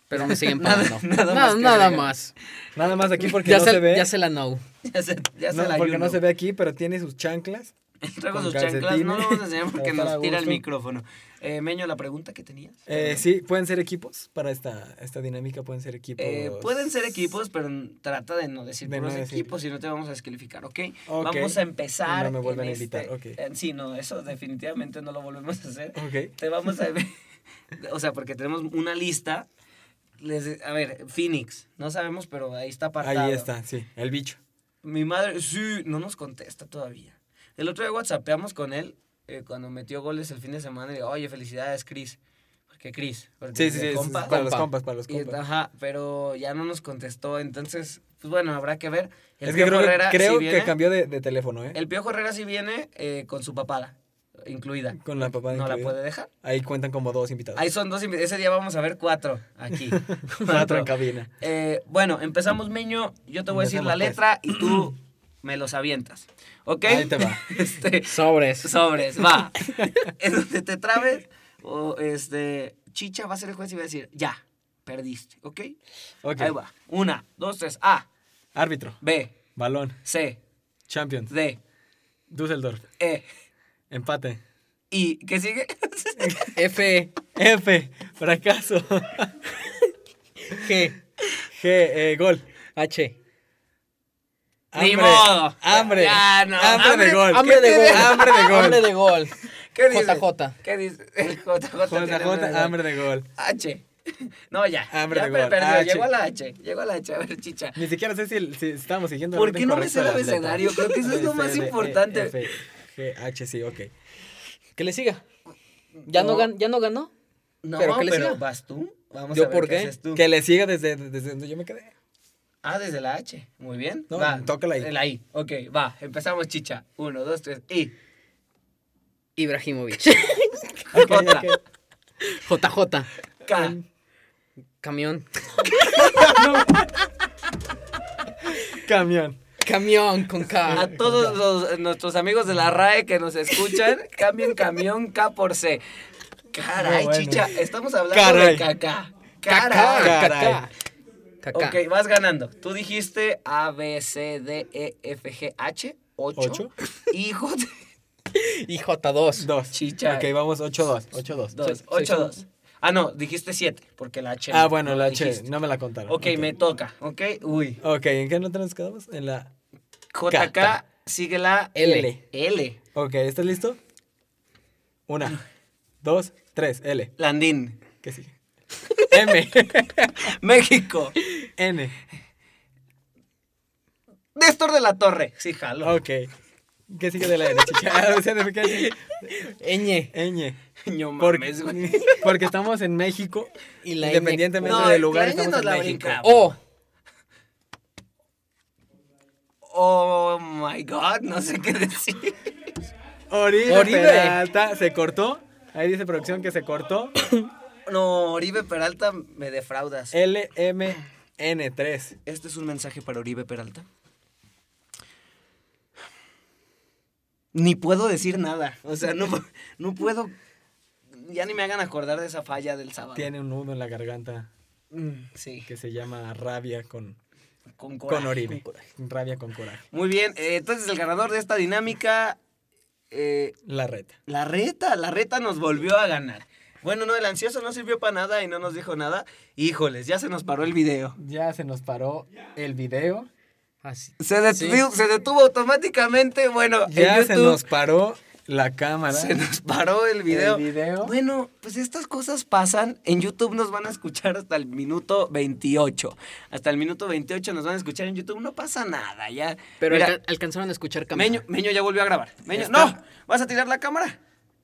Speaker 4: Pero me siguen
Speaker 3: Nada-
Speaker 4: pagando.
Speaker 3: nada
Speaker 4: No,
Speaker 3: más que
Speaker 4: nada
Speaker 3: agregar.
Speaker 4: más.
Speaker 5: Nada más aquí porque
Speaker 4: ya,
Speaker 5: no
Speaker 4: se,
Speaker 5: se ve.
Speaker 4: ya se la know.
Speaker 3: Ya se, ya se
Speaker 5: no,
Speaker 3: la
Speaker 5: porque no
Speaker 3: ayuno.
Speaker 5: se ve aquí, pero tiene sus chanclas.
Speaker 3: Traigo
Speaker 5: con
Speaker 3: sus chanclas, no lo vamos a enseñar
Speaker 5: calcetines,
Speaker 3: porque
Speaker 5: para estar
Speaker 3: nos
Speaker 5: a
Speaker 3: tira el
Speaker 5: gusto.
Speaker 3: micrófono. Eh, Meño, la pregunta que tenías.
Speaker 5: Eh, sí, pueden ser equipos para esta, esta dinámica, pueden ser equipos.
Speaker 3: Eh, pueden ser equipos, pero n- trata de no decir
Speaker 5: De no
Speaker 3: puros
Speaker 5: decir.
Speaker 3: equipos y no te vamos a descalificar, ¿ok?
Speaker 5: Ok.
Speaker 3: Vamos a empezar.
Speaker 5: No me vuelven
Speaker 3: en
Speaker 5: a invitar,
Speaker 3: este-
Speaker 5: ok.
Speaker 3: en- sí, no, eso definitivamente no lo volvemos a hacer.
Speaker 5: Ok.
Speaker 3: Te vamos a ver. O sea, porque tenemos una lista. Les- a ver, Phoenix, no sabemos, pero ahí está apartado.
Speaker 5: Ahí está, sí, el bicho.
Speaker 3: Mi madre, sí, no nos contesta todavía. El otro día whatsappeamos con él eh, cuando metió goles el fin de semana y digo, oye, felicidades, Chris. Porque Chris, porque
Speaker 5: Sí, sí, sí,
Speaker 3: de
Speaker 5: es-
Speaker 3: compa.
Speaker 5: es para los
Speaker 4: Compa.
Speaker 5: compas, para los
Speaker 3: Y-
Speaker 5: compas.
Speaker 3: ajá, pero ya no nos contestó, entonces, pues bueno, habrá que ver. El
Speaker 5: Es que creo,
Speaker 3: Piojo Herrera sí
Speaker 5: creo
Speaker 3: viene,
Speaker 5: que cambió de, de teléfono, ¿eh?
Speaker 3: El Piojo Herrera sí viene eh, con su papada incluida.
Speaker 5: Con la papá
Speaker 3: no la
Speaker 5: incluida.
Speaker 3: puede dejar.
Speaker 5: Ahí cuentan como dos invitados.
Speaker 3: Ahí son dos, invi- ese día vamos a ver cuatro aquí.
Speaker 5: Cuatro en cabina.
Speaker 3: Eh, bueno, empezamos, Meño. Yo te voy a decir la letra
Speaker 5: Empezamos, pues.
Speaker 3: y tú me los avientas. ¿Ok?
Speaker 5: Ahí te va.
Speaker 3: Este,
Speaker 4: Sobres.
Speaker 3: sobres, va. en donde te trabes, o este, Chicha va a ser el juez y va a decir, ya, perdiste, ¿ok?
Speaker 5: Ok.
Speaker 3: Ahí va. Una, dos, tres. A,
Speaker 5: Árbitro,
Speaker 3: B,
Speaker 5: balón,
Speaker 3: C,
Speaker 5: Champions,
Speaker 3: D,
Speaker 5: Düsseldorf,
Speaker 3: E.
Speaker 5: empate.
Speaker 3: ¿Y qué sigue?
Speaker 4: F.
Speaker 5: F, fracaso.
Speaker 4: G.
Speaker 5: G, eh, gol.
Speaker 4: H.
Speaker 3: Ni
Speaker 5: Hambre,
Speaker 3: modo.
Speaker 5: Hambre.
Speaker 3: Ya, no,
Speaker 5: hambre,
Speaker 3: hambre-
Speaker 5: de gol.
Speaker 4: Hambre de
Speaker 5: ¿Qué
Speaker 4: gol.
Speaker 5: tiene? Hambre de gol.
Speaker 4: Hambre de gol.
Speaker 3: ¿Qué dice?
Speaker 4: JJ.
Speaker 3: ¿Qué dice? El JJ. tiene
Speaker 5: JJ, hambre de gol.
Speaker 3: H. No, ya.
Speaker 5: Hambre
Speaker 3: ya
Speaker 5: de
Speaker 3: me
Speaker 5: gol.
Speaker 3: perdió.
Speaker 5: H.
Speaker 3: Llegó a la H. Llegó a la H. A ver, chicha.
Speaker 5: Ni siquiera sé si, el- si estábamos siguiendo
Speaker 3: ¿Por
Speaker 5: orden
Speaker 3: qué no me
Speaker 5: correcta
Speaker 3: sé el
Speaker 5: de las letras?
Speaker 3: abecedario? Creo que eso es lo
Speaker 5: A, B,
Speaker 3: más
Speaker 5: C, D, E,
Speaker 3: importante.
Speaker 5: F, G, H, sí, ok.
Speaker 4: Que le siga. ¿Ya no,
Speaker 3: No.
Speaker 4: gan- ya no ganó?
Speaker 3: No,
Speaker 4: ¿Pero
Speaker 3: pero,
Speaker 4: qué le siga?
Speaker 3: vas tú. Vamos
Speaker 4: ¿Yo
Speaker 3: a ver
Speaker 4: por
Speaker 3: qué,
Speaker 4: qué?
Speaker 3: haces tú.
Speaker 5: Que le siga desde, desde donde yo me quedé.
Speaker 3: Ah, desde la H. Muy bien.
Speaker 5: No,
Speaker 3: va.
Speaker 5: tócala ahí.
Speaker 3: La I. Ok, va. Empezamos, chicha. Uno, dos, tres. I.
Speaker 4: Ibrahimovic.
Speaker 5: Ok,
Speaker 3: Otra.
Speaker 5: ok.
Speaker 4: JJ.
Speaker 3: K.
Speaker 4: Camión.
Speaker 5: Camión.
Speaker 4: Camión con
Speaker 3: A
Speaker 4: K.
Speaker 3: todos los- eh, nuestros amigos de la RAE que nos escuchan, cambien camión K por C. Caray,
Speaker 5: Muy bueno.
Speaker 3: chicha. Estamos hablando
Speaker 5: Caray.
Speaker 3: de caca. Caray.
Speaker 4: Cacá.
Speaker 5: Caray.
Speaker 4: Cacá. Cacá.
Speaker 3: Ok, vas ganando. Tú dijiste A, B, C, D, E, F, G, H. 8.
Speaker 5: Ocho.
Speaker 3: Hijo de
Speaker 4: Y J2.
Speaker 5: Dos.
Speaker 3: Chicha.
Speaker 5: Ok, vamos 8-2. 8-2.
Speaker 3: 2.
Speaker 4: Soy- soy
Speaker 3: 8,
Speaker 4: como-
Speaker 3: 2. Ah, no, dijiste 7, porque la H.
Speaker 5: Ah,
Speaker 3: no-
Speaker 5: bueno,
Speaker 3: no
Speaker 5: la H
Speaker 3: dijiste.
Speaker 5: no me la contaron.
Speaker 3: Ok, me toca, ok. Uy.
Speaker 5: Ok, ¿en qué nota nos quedamos? En la...
Speaker 3: JK, sigue la
Speaker 4: L.
Speaker 3: L. L.
Speaker 5: Ok, ¿estás listo? Una, dos, tres, L.
Speaker 3: Landín.
Speaker 5: ¿Qué sigue? M,
Speaker 3: México.
Speaker 5: N.
Speaker 3: Néstor de la Torre. Sí, jalo.
Speaker 5: Ok. ¿Qué sigue de la derecha? Ya, o sea, de- ¿qué sigue?
Speaker 4: Ñ.
Speaker 5: Ñ.
Speaker 3: No
Speaker 5: Porque,
Speaker 3: mames, güey.
Speaker 5: porque estamos en México,
Speaker 4: Y la Ñ.
Speaker 5: independientemente
Speaker 3: No,
Speaker 5: del lugar,
Speaker 3: la Ñ
Speaker 5: estamos
Speaker 3: nos
Speaker 5: en
Speaker 3: la
Speaker 5: México.
Speaker 3: brincamos.
Speaker 4: O.
Speaker 3: Oh my god, no sé qué decir.
Speaker 5: Oribe,
Speaker 4: Oribe.
Speaker 5: Peralta se cortó. Ahí dice producción que se cortó.
Speaker 3: No, Oribe Peralta, me defraudas.
Speaker 5: LMN3.
Speaker 3: Este es un mensaje para Oribe Peralta. Ni puedo decir nada. O sea, no, no puedo. Ya ni me hagan acordar de esa falla del sábado.
Speaker 5: Tiene un nudo en la garganta
Speaker 3: Mm, Sí,
Speaker 5: que se llama rabia con,
Speaker 3: con, coraje,
Speaker 5: con Oribe.
Speaker 3: con coraje.
Speaker 5: rabia con coraje.
Speaker 3: Muy bien, eh, entonces el ganador de esta dinámica. eh,
Speaker 5: La reta.
Speaker 3: La reta, la reta nos volvió a ganar. Bueno, no, el ansioso no sirvió para nada y no nos dijo nada. Híjoles, ya se nos paró el video.
Speaker 5: Ya se nos paró el video.
Speaker 4: Así.
Speaker 3: Se detuvo, se detuvo automáticamente. Bueno,
Speaker 5: Ya
Speaker 3: en
Speaker 5: se
Speaker 3: YouTube
Speaker 5: nos paró la cámara.
Speaker 3: se nos paró el video.
Speaker 5: El video.
Speaker 3: Bueno, pues estas cosas pasan. En YouTube nos van a escuchar hasta el minuto 28. Hasta el minuto 28 nos van a escuchar en YouTube. No pasa nada, ya.
Speaker 4: Pero
Speaker 3: Mira,
Speaker 4: alca- alcanzaron a escuchar cámara.
Speaker 3: Meño, Meño ya volvió a grabar. Meño,
Speaker 5: Está-
Speaker 3: no, vas a tirar la cámara.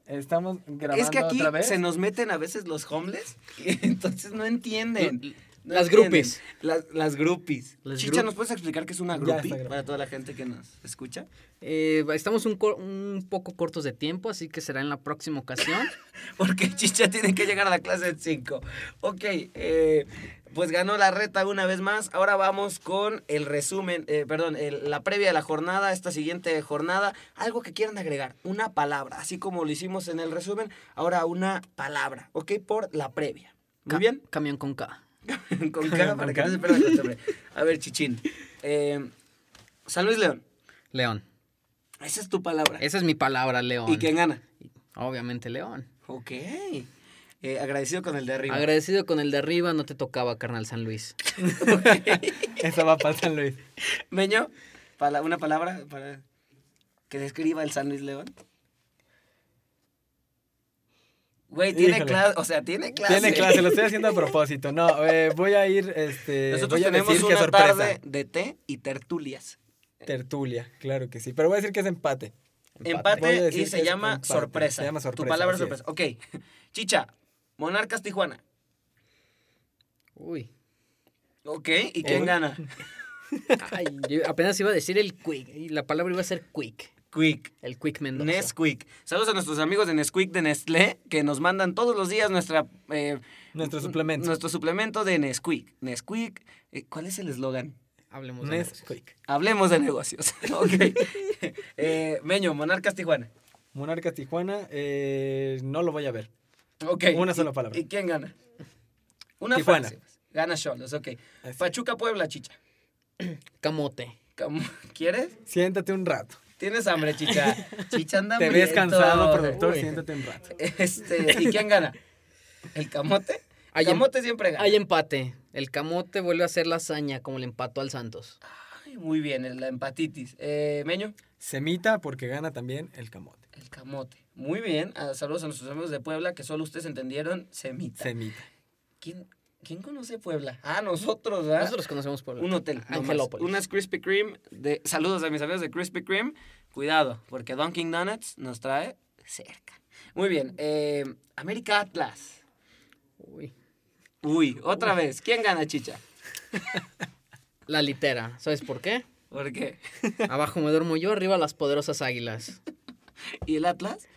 Speaker 5: Estamos grabando
Speaker 3: Es que aquí
Speaker 5: otra vez.
Speaker 3: se nos meten a veces los homeless, y entonces no entienden. No
Speaker 4: Las
Speaker 3: entienden.
Speaker 4: groupies.
Speaker 3: Las, las groupies.
Speaker 4: Las
Speaker 3: Chicha,
Speaker 4: group-
Speaker 3: ¿nos puedes explicar qué es una
Speaker 5: Ya está
Speaker 3: groupie
Speaker 5: grabando.
Speaker 3: para toda la gente que nos escucha?
Speaker 4: Eh, estamos un, cor- un poco cortos de tiempo, así que será en la próxima ocasión.
Speaker 3: Porque Chicha tiene que llegar a la clase de 5. Ok, eh, pues ganó la reta una vez más. Ahora vamos con el resumen, eh, perdón, el- la previa de la jornada, esta siguiente jornada. Algo que quieran agregar, una palabra, así como lo hicimos en el resumen, ahora una palabra, ok, por la previa. Muy
Speaker 4: Ca-
Speaker 3: bien.
Speaker 4: Camión con K.
Speaker 3: con K para que no se pierda el costumbre. A ver, Chichín. Eh, San Luis León,
Speaker 4: León.
Speaker 3: esa es tu palabra.
Speaker 4: Esa es mi palabra, León.
Speaker 3: ¿Y quién gana?
Speaker 4: Obviamente, León.
Speaker 3: Ok. Eh, agradecido con el de arriba.
Speaker 4: Agradecido con el de arriba, no te tocaba, carnal San Luis.
Speaker 5: Eso va para San Luis.
Speaker 3: Meño, pala- una palabra para que describa el San Luis León. Güey, tiene
Speaker 5: Híjole.
Speaker 3: clase, o sea, tiene clase.
Speaker 5: Tiene clase, lo estoy haciendo a propósito. No, eh, voy a ir, este,
Speaker 3: Nosotros
Speaker 5: voy a
Speaker 3: tenemos
Speaker 5: decir que
Speaker 3: una
Speaker 5: sorpresa.
Speaker 3: tarde de té y tertulias.
Speaker 5: Tertulia, claro que sí. Pero voy a decir que es empate.
Speaker 3: Empate,
Speaker 5: Voy a decir
Speaker 3: y
Speaker 5: que
Speaker 3: se
Speaker 5: es
Speaker 3: llama
Speaker 5: empate.
Speaker 3: sorpresa.
Speaker 5: Se llama sorpresa.
Speaker 3: Tu palabra es
Speaker 5: así es.
Speaker 3: sorpresa. Ok. Chicha, Monarcas Tijuana.
Speaker 4: Uy.
Speaker 3: Ok, ¿y quién
Speaker 5: Uy.
Speaker 3: gana?
Speaker 4: Ay, yo apenas iba a decir el quick. Y la palabra iba a ser quick.
Speaker 3: Quick.
Speaker 4: El quick Mendoza.
Speaker 3: Nesquik. Saludos a nuestros amigos de Nesquik de Nestlé que nos mandan todos los días nuestra, eh,
Speaker 5: Nuestro suplemento.
Speaker 3: nuestro suplemento de Nesquik. Nesquik. eh, ¿Cuál es el eslogan?
Speaker 4: Hablemos de negocios.
Speaker 5: Nesquik.
Speaker 3: Hablemos de negocios. ok. Eh, Meño, Monarcas Tijuana.
Speaker 5: Monarcas Tijuana, eh, no lo voy a ver.
Speaker 3: Ok.
Speaker 5: Una
Speaker 3: ¿Y-
Speaker 5: sola palabra.
Speaker 3: ¿Y quién gana? Una
Speaker 5: Tijuana.
Speaker 3: frase. Gana Cholos, ok.
Speaker 5: Así.
Speaker 3: Pachuca Puebla, chicha.
Speaker 4: Camote.
Speaker 3: ¿Cómo- ¿Quieres?
Speaker 5: Siéntate un rato.
Speaker 3: Tienes hambre, chicha. Chicha anda
Speaker 5: Te ves
Speaker 3: hambriento.
Speaker 5: cansado, productor,
Speaker 3: Uy.
Speaker 5: siéntate un rato.
Speaker 3: Este, ¿Y quién gana? ¿El camote? El
Speaker 4: Hay em-
Speaker 3: camote siempre gana.
Speaker 4: Hay empate. El camote vuelve a ser la hazaña como le empató al Santos.
Speaker 3: Ay, Muy bien, el- la empatitis. Eh, Meño,
Speaker 5: Semita porque gana también el camote.
Speaker 3: el camote. Muy bien. ah, saludos a nuestros amigos de Puebla que solo ustedes entendieron semita.
Speaker 5: Semita.
Speaker 3: ¿Quién, ¿Quién conoce Puebla? Ah, nosotros, ¿verdad?
Speaker 4: Nosotros conocemos por
Speaker 3: Un hotel. nomás.
Speaker 4: Angelópolis.
Speaker 3: Unas Krispy Kreme. De, saludos a mis amigos de Krispy Kreme. Cuidado, porque Dunkin' Donuts nos trae cerca. Muy bien. eh, América Atlas.
Speaker 4: Uy.
Speaker 3: Uy, otra vez. ¿Quién gana, chicha?
Speaker 4: La litera. ¿Sabes por qué?
Speaker 3: ¿Por qué?
Speaker 4: Abajo me duermo yo, arriba las poderosas águilas.
Speaker 3: ¿Y el Atlas?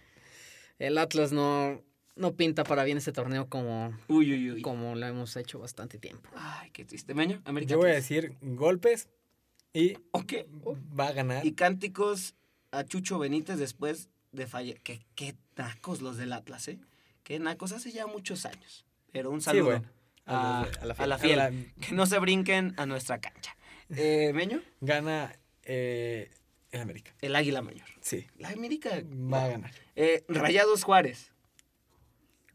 Speaker 4: El Atlas no, no pinta para bien este torneo como,
Speaker 3: Uy, uy, uy.
Speaker 4: como lo hemos hecho bastante tiempo.
Speaker 3: Ay, qué triste. Meño, América
Speaker 5: Yo voy a
Speaker 3: Atlas.
Speaker 5: decir golpes y
Speaker 3: Ok.
Speaker 5: va a ganar.
Speaker 3: Y cánticos a Chucho Benítez después de fallar. Qué, qué nacos los del Atlas, ¿eh? Qué nacos. Hace ya muchos años. Pero un saludo
Speaker 5: bueno,
Speaker 3: a,
Speaker 5: a los de-
Speaker 3: a la
Speaker 5: fiel.
Speaker 3: fiel.
Speaker 5: A la-
Speaker 3: Que no se brinquen a nuestra cancha. Eh, Meño,
Speaker 5: Gana eh, el América.
Speaker 3: el Águila Mayor.
Speaker 5: Sí,
Speaker 3: La América.
Speaker 5: va a ganar.
Speaker 3: Eh, Rayados Juárez.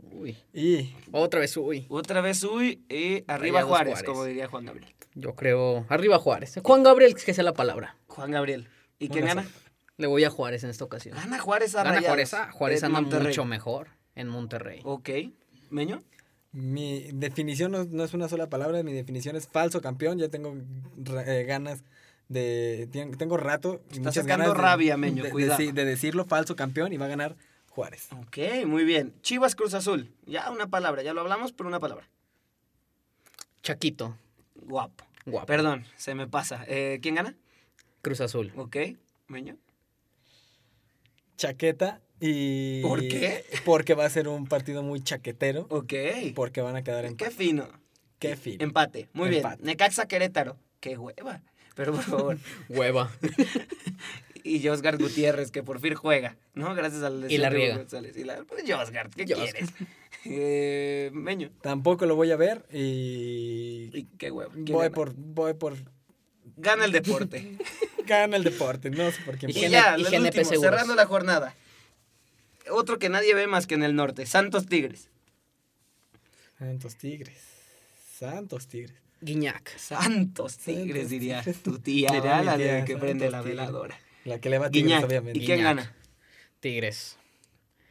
Speaker 4: Uy.
Speaker 5: Y
Speaker 4: Otra vez, uy.
Speaker 3: Otra vez uy y arriba
Speaker 4: Rayados
Speaker 3: Juárez,
Speaker 4: Juárez.
Speaker 3: como diría Juan Gabriel.
Speaker 4: Yo creo. Arriba Juárez. Juan Gabriel, que sea la palabra.
Speaker 3: Juan Gabriel. ¿Y quién
Speaker 5: Una
Speaker 3: gana?
Speaker 4: Le voy a Juárez en esta ocasión.
Speaker 3: Gana Juárez a
Speaker 4: Gana
Speaker 3: Rayados.
Speaker 4: Juárez. ah, Juárez
Speaker 3: de
Speaker 4: anda
Speaker 3: Monterrey. Oh.
Speaker 4: mucho mejor en Monterrey.
Speaker 3: Ok. Meño.
Speaker 5: Mi definición no, no es una sola palabra, mi definición es falso campeón. Ya tengo ra- eh, ganas de tien- tengo rato y
Speaker 3: Está
Speaker 5: muchas
Speaker 3: sacando
Speaker 5: ganas de-
Speaker 3: rabia, Meño,
Speaker 5: de- de,
Speaker 3: cuidado.
Speaker 5: sí, de decirlo falso campeón y va a ganar Juárez.
Speaker 3: Ok, muy bien. Chivas Cruz Azul. Ya una palabra, ya lo hablamos, pero una palabra.
Speaker 4: Chaquito.
Speaker 3: Guapo.
Speaker 4: Guapo.
Speaker 3: Perdón, se me pasa. Eh, ¿Quién gana?
Speaker 4: Cruz Azul.
Speaker 3: Ok, Meño.
Speaker 5: Chaqueta y
Speaker 3: ¿Por qué?
Speaker 5: Porque va a ser un partido muy chaquetero,
Speaker 3: Ok.
Speaker 5: porque van a quedar en
Speaker 3: Qué fino.
Speaker 5: qué fin.
Speaker 3: Empate. Muy
Speaker 5: Empate.
Speaker 3: bien. Necaxa Querétaro. Qué hueva. Pero por favor.
Speaker 4: Hueva.
Speaker 3: y Josgar Gutiérrez, que por fin juega, ¿no? Gracias al
Speaker 4: Y
Speaker 3: lesión de
Speaker 4: la riega.
Speaker 3: González. Y la... Pues, Josgar, ¿qué
Speaker 4: Josgar.
Speaker 3: quieres? Eh, Meño.
Speaker 5: Tampoco lo voy a ver y,
Speaker 3: Y qué hueva. ¿Quién
Speaker 5: voy
Speaker 3: gana?
Speaker 5: por voy por
Speaker 3: Gana el deporte.
Speaker 5: gana el deporte, no sé por quién.
Speaker 4: Y
Speaker 5: voy.
Speaker 3: Y
Speaker 4: GN-
Speaker 3: Pues ya,
Speaker 4: y
Speaker 3: el
Speaker 4: GNP
Speaker 3: último,
Speaker 4: Seguros.
Speaker 3: cerrando la jornada. Otro que nadie ve más que en el norte, Santos Tigres.
Speaker 5: Santos Tigres. Santos Tigres.
Speaker 4: Guiñac.
Speaker 3: Santos Tigres,
Speaker 5: Santos
Speaker 3: diría
Speaker 5: Tigres.
Speaker 3: tu tía,
Speaker 5: Diría
Speaker 3: ¿verdad?
Speaker 5: mi
Speaker 3: la de
Speaker 5: tía,
Speaker 3: que
Speaker 5: Santos
Speaker 3: prende la
Speaker 5: Tigres.
Speaker 3: veladora.
Speaker 5: La que le va a Tigres
Speaker 3: Guiñac.
Speaker 5: obviamente.
Speaker 3: ¿Y quién
Speaker 4: Guiñac.
Speaker 3: gana?
Speaker 4: Tigres.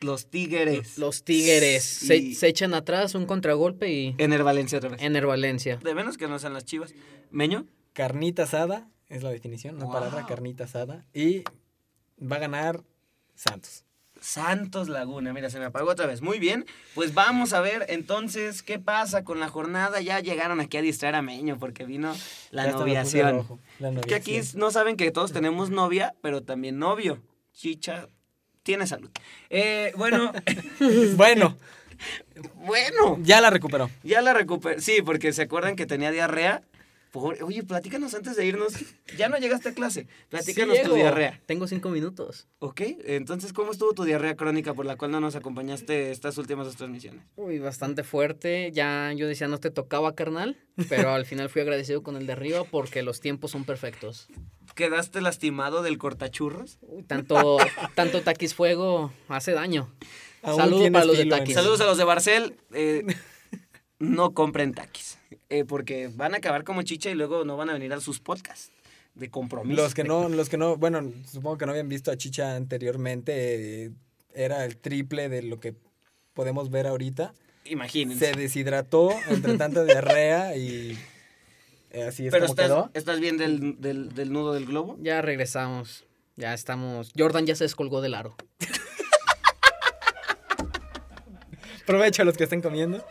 Speaker 3: Los Tigres.
Speaker 4: Los Tigres.
Speaker 3: Y-
Speaker 4: Se, se echan atrás, un contragolpe y
Speaker 3: En el Valencia otra vez.
Speaker 4: Ener Valencia.
Speaker 3: De menos que no sean las chivas. Meño,
Speaker 5: Carnita asada es la definición, una
Speaker 3: Wow.
Speaker 5: palabra carnita asada y va a ganar Santos.
Speaker 3: Santos Laguna. Mira, se me apagó otra vez. Muy bien. Pues vamos a ver entonces qué pasa con la jornada. Ya llegaron aquí a distraer a Meño porque vino la
Speaker 5: Ya hasta me puse
Speaker 3: noviación.
Speaker 5: rojo, La
Speaker 3: Que aquí
Speaker 5: noviación.
Speaker 3: no saben que todos tenemos novia, pero también novio. Chicha tiene salud. Eh, bueno,
Speaker 5: Bueno,
Speaker 3: bueno,
Speaker 5: ya la recuperó.
Speaker 3: ya la recuperé. Sí, porque se acuerdan que tenía diarrea. Pobre- Oye, platícanos antes de irnos. Ya no llegaste a clase. Platícanos
Speaker 4: Sí
Speaker 3: tu
Speaker 4: llego.
Speaker 3: diarrea.
Speaker 4: Tengo cinco minutos.
Speaker 3: ¿Ok? Entonces, ¿cómo estuvo tu diarrea crónica por la cual no nos acompañaste estas últimas dos transmisiones?
Speaker 4: Uy, bastante fuerte. Ya yo decía, no te tocaba, carnal. Pero al final fui agradecido con el de arriba porque los tiempos son perfectos.
Speaker 3: ¿Quedaste lastimado del cortachurros?
Speaker 4: Uy, tanto, tanto taquis fuego hace daño.
Speaker 5: Aún
Speaker 4: Saludos
Speaker 5: tienes
Speaker 4: para los de
Speaker 5: filo en
Speaker 4: taquis.
Speaker 5: el-
Speaker 3: Saludos a los de Barcel. eh, no compren taquis. eh, porque van a acabar como chicha y luego no van a venir a sus podcasts de compromiso.
Speaker 5: Los que no, los que no, bueno, supongo que no habían visto a Chicha anteriormente, eh, era el triple de lo que podemos ver ahorita.
Speaker 3: Imagínense.
Speaker 5: Se deshidrató entre tanta diarrea y eh, así es
Speaker 3: Pero
Speaker 5: como
Speaker 3: estás,
Speaker 5: quedó.
Speaker 3: estás bien del, del- del nudo del globo.
Speaker 4: Ya regresamos. Ya estamos. Jordan ya se descolgó del aro.
Speaker 5: Aprovecho a los que estén comiendo.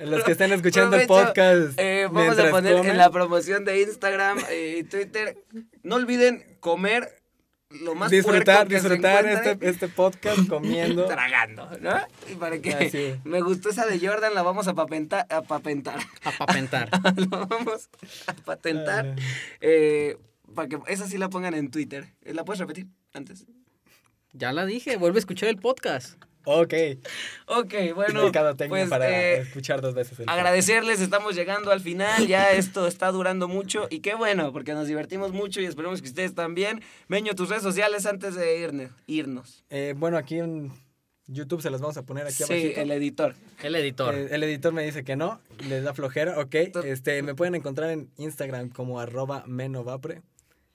Speaker 5: a Los que estén escuchando el
Speaker 3: Aprovecho,
Speaker 5: podcast.
Speaker 3: eh, vamos
Speaker 5: mientras
Speaker 3: a poner
Speaker 5: comen.
Speaker 3: en la promoción de Instagram eh, y Twitter. No olviden comer lo más
Speaker 5: disfrutar,
Speaker 3: puerco que se
Speaker 5: disfrutar
Speaker 3: encuentren.
Speaker 5: este, este podcast comiendo.
Speaker 3: tragando, ¿no? Y para que
Speaker 5: Así es.
Speaker 3: me gustó esa de Jordan, la vamos a papentar, a papentar,
Speaker 4: A papentar.
Speaker 3: la vamos a
Speaker 5: Ah.
Speaker 3: patentar, eh, para que esa sí la pongan en Twitter. Eh, ¿La puedes repetir antes?
Speaker 4: ya la dije. Vuelve a escuchar el podcast.
Speaker 5: Ok.
Speaker 3: Ok, bueno,
Speaker 5: Mercadotecnia
Speaker 3: pues
Speaker 5: para este
Speaker 3: eh,
Speaker 5: escuchar dos veces el
Speaker 3: agradecerles, estamos llegando al final, ya esto está durando mucho y qué bueno, porque nos divertimos mucho y esperemos que ustedes también. Meño, tus redes sociales antes de irne- irnos.
Speaker 5: Eh, bueno, aquí en YouTube se las vamos a poner aquí
Speaker 3: Sí,
Speaker 5: abajito.
Speaker 3: el editor.
Speaker 4: El editor.
Speaker 5: Eh, el editor me dice que no, les da flojera, ok. Este, me pueden encontrar en Instagram como arroba menovapre,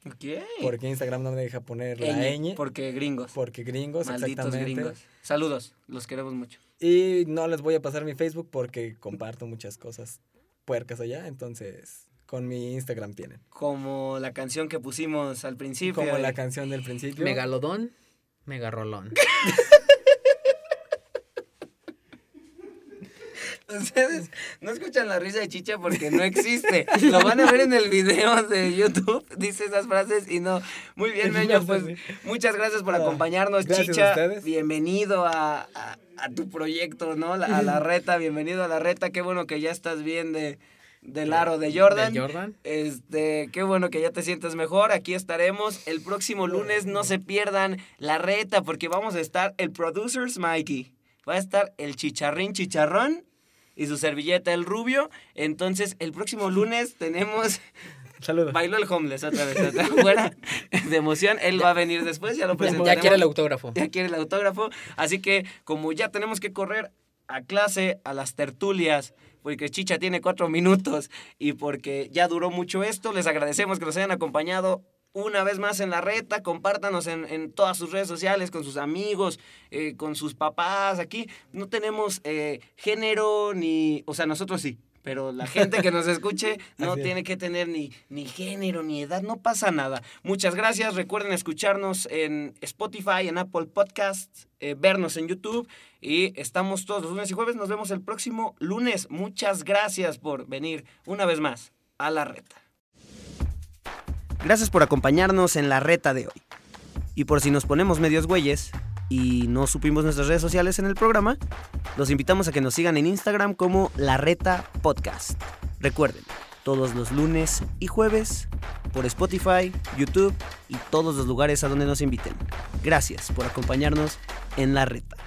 Speaker 3: Ok.
Speaker 5: porque Instagram no me deja poner la
Speaker 3: Ñ,
Speaker 5: ñ,
Speaker 3: Porque gringos.
Speaker 5: porque gringos,
Speaker 3: Malditos
Speaker 5: exactamente.
Speaker 3: gringos. Saludos, los queremos mucho.
Speaker 5: Y no les voy a pasar mi Facebook porque comparto muchas cosas puercas allá, entonces con mi Instagram tienen.
Speaker 3: Como la canción que pusimos al principio.
Speaker 5: Como
Speaker 3: eh,
Speaker 5: la canción del principio.
Speaker 4: Megalodón. Megarrolón.
Speaker 3: Ustedes no escuchan la risa de Chicha porque no existe. Lo van a ver en el video de YouTube. Dice esas frases y no. Muy bien, Meño. Pues muchas gracias por
Speaker 5: Ah,
Speaker 3: acompañarnos,
Speaker 5: gracias a
Speaker 3: Chicha.
Speaker 5: ustedes.
Speaker 3: Bienvenido a, a- a tu proyecto, ¿no? La- a la reta. Bienvenido a la reta. Qué bueno que ya estás bien de, del aro de Jordan.
Speaker 4: De Jordan.
Speaker 3: Este, qué bueno que ya te sientes mejor. Aquí estaremos el próximo lunes. No se pierdan la reta porque vamos a estar el Producers Mikey. Va a estar el Chicharrín Chicharrón y su servilleta el Rubio. Entonces, el próximo lunes tenemos
Speaker 5: Saludos.
Speaker 3: Bailó el Homeless otra vez está afuera de emoción. Él va a venir después, ya lo presentaremos.
Speaker 4: Pues Ya quiere el autógrafo.
Speaker 3: Ya quiere el autógrafo. Así que, como ya tenemos que correr a clase, a las tertulias, porque Chicha tiene cuatro minutos y porque ya duró mucho esto, les agradecemos que nos hayan acompañado. Una vez más en la reta, compártanos en, en todas sus redes sociales, con sus amigos, eh, con sus papás. Aquí no tenemos eh, género ni. O sea, nosotros sí, Pero la gente que nos escuche no
Speaker 5: Así es.
Speaker 3: tiene que tener ni, ni género, ni edad, no pasa nada. Muchas gracias. Recuerden escucharnos en Spotify, en Apple Podcasts, eh, vernos en YouTube. Y estamos todos los lunes y jueves. Nos vemos el próximo lunes. Muchas gracias por venir una vez más a la reta.
Speaker 1: Gracias por acompañarnos en la reta de hoy. Y por si nos ponemos medios güeyes y no supimos nuestras redes sociales en el programa, los invitamos a que nos sigan en Instagram como La Reta Podcast. Recuerden, todos los lunes y jueves por Spotify, YouTube y todos los lugares a donde nos inviten. Gracias por acompañarnos en La Reta.